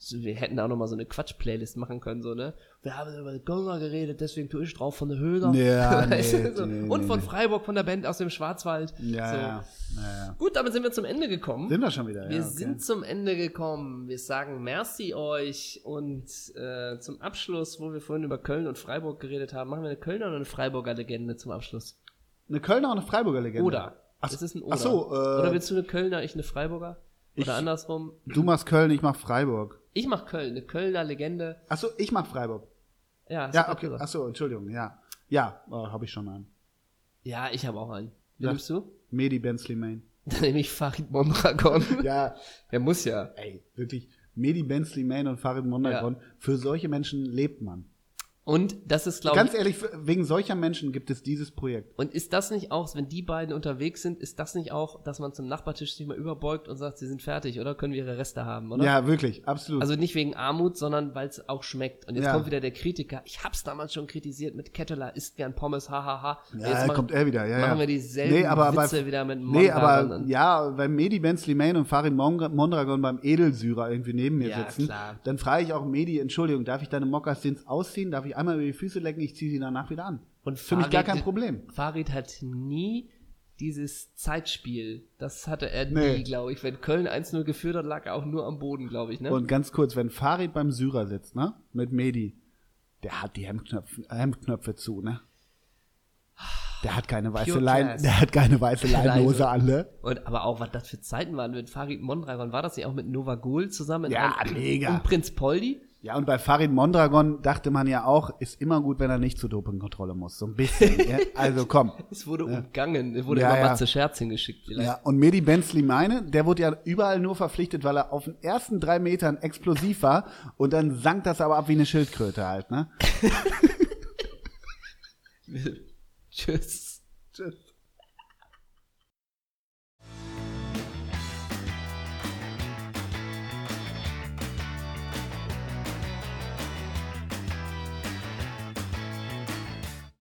Speaker 1: so, wir hätten auch noch mal so eine Quatsch-Playlist machen können, so, ne? Wir haben über Gönner geredet, deswegen tue ich drauf von der Höhler.
Speaker 2: Ja,
Speaker 1: Weißt du,
Speaker 2: nee,
Speaker 1: so.
Speaker 2: nee,
Speaker 1: Und
Speaker 2: nee,
Speaker 1: von
Speaker 2: nee.
Speaker 1: Freiburg von der Band aus dem Schwarzwald.
Speaker 2: Ja,
Speaker 1: so.
Speaker 2: ja, ja, ja.
Speaker 1: Gut, damit sind wir zum Ende gekommen.
Speaker 2: Sind wir schon wieder,
Speaker 1: wir
Speaker 2: ja. okay.
Speaker 1: sind zum Ende gekommen. Wir sagen Merci euch und äh, zum Abschluss, wo wir vorhin über Köln und Freiburg geredet haben, machen wir eine Kölner und eine Freiburger Legende zum Abschluss.
Speaker 2: Eine Kölner und eine Freiburger Legende.
Speaker 1: Oder.
Speaker 2: Genau. Ach,
Speaker 1: es ist ein Oder.
Speaker 2: ach so, äh,
Speaker 1: Oder willst du eine Kölner, ich eine Freiburger? Oder
Speaker 2: Ich-
Speaker 1: andersrum.
Speaker 2: Du machst Köln, ich mach Freiburg.
Speaker 1: Ich mach Köln, eine Kölner Legende.
Speaker 2: Ach so, ich mach Freiburg.
Speaker 1: Ja, hast du
Speaker 2: Ja,
Speaker 1: grad
Speaker 2: okay.
Speaker 1: gesagt.
Speaker 2: Ach so, Entschuldigung, ja. Ja, oh, habe ich schon einen.
Speaker 1: Ja, ich habe auch einen. Wie
Speaker 2: Ja.
Speaker 1: nimmst du?
Speaker 2: Medi Bensley Main.
Speaker 1: Dann nehme ich Farid Mondragon.
Speaker 2: Ja,
Speaker 1: Der muss ja.
Speaker 2: ey, wirklich. Medi Bensley Main und Farid Mondragon. Für solche Menschen lebt man.
Speaker 1: Und das ist, glaube
Speaker 2: Ganz
Speaker 1: ich.
Speaker 2: ehrlich, für- wegen solcher Menschen gibt es dieses Projekt.
Speaker 1: Und ist das nicht auch, wenn die beiden unterwegs sind, ist das nicht auch, dass man zum Nachbartisch sich mal überbeugt und sagt, sie sind fertig, oder? Können wir ihre Reste haben, oder?
Speaker 2: Ja, wirklich, absolut.
Speaker 1: Also nicht wegen Armut, sondern weil es auch schmeckt. Und jetzt
Speaker 2: Ja.
Speaker 1: kommt wieder der Kritiker. Ich hab's damals schon kritisiert mit Kettler, isst gern Pommes, hahaha.
Speaker 2: ja,
Speaker 1: jetzt mach-
Speaker 2: kommt er wieder. Ja,
Speaker 1: machen
Speaker 2: ja.
Speaker 1: wir dieselben Witze wieder mit
Speaker 2: Nee,
Speaker 1: Mondragon
Speaker 2: aber
Speaker 1: und-
Speaker 2: ja, wenn Medi Bensley Main und Farid Mon- Mondragon beim Edelsyrer irgendwie neben mir
Speaker 1: Ja,
Speaker 2: sitzen,
Speaker 1: klar.
Speaker 2: dann frage ich auch Medi, Entschuldigung, darf ich deine Mokassins ausziehen? Darf ich einmal über die Füße lecken? Ich ziehe sie danach wieder an.
Speaker 1: Und
Speaker 2: Für mich gar
Speaker 1: Farid-
Speaker 2: kein Problem.
Speaker 1: Farid hat nie dieses Zeitspiel, das hatte er nie,
Speaker 2: Nee.
Speaker 1: glaube ich. Wenn Köln 1-0 geführt hat, lag er auch nur am Boden, glaube ich, ne?
Speaker 2: Und ganz kurz, wenn Farid beim Syrer sitzt, ne? Mit Medi, der hat die Hemdknöpfe, Hemdknöpfe zu, ne? Der hat keine weiße
Speaker 1: Pure
Speaker 2: Lein,
Speaker 1: class.
Speaker 2: der hat keine weiße Leinenhose
Speaker 1: Leine.
Speaker 2: an, ne?
Speaker 1: Und aber auch, was das für Zeiten waren mit Farid Mondragon. War das nicht auch mit Nova Gol zusammen? in
Speaker 2: Ja,
Speaker 1: einem-
Speaker 2: mega.
Speaker 1: Und Prinz Poldi?
Speaker 2: Ja, und bei Farid Mondragon dachte man ja auch, ist immer gut, wenn er nicht zur Dopingkontrolle muss. So ein bisschen. ja? Also komm.
Speaker 1: Es wurde umgangen. Es wurde
Speaker 2: Ja,
Speaker 1: immer
Speaker 2: ja.
Speaker 1: Matze Scherz hingeschickt. Vielleicht.
Speaker 2: Ja, und Medi Bensley meine, der wurde ja überall nur verpflichtet, weil er auf den ersten drei Metern explosiv war und dann sank das aber ab wie eine Schildkröte halt, ne?
Speaker 1: Tschüss.
Speaker 2: Tschüss.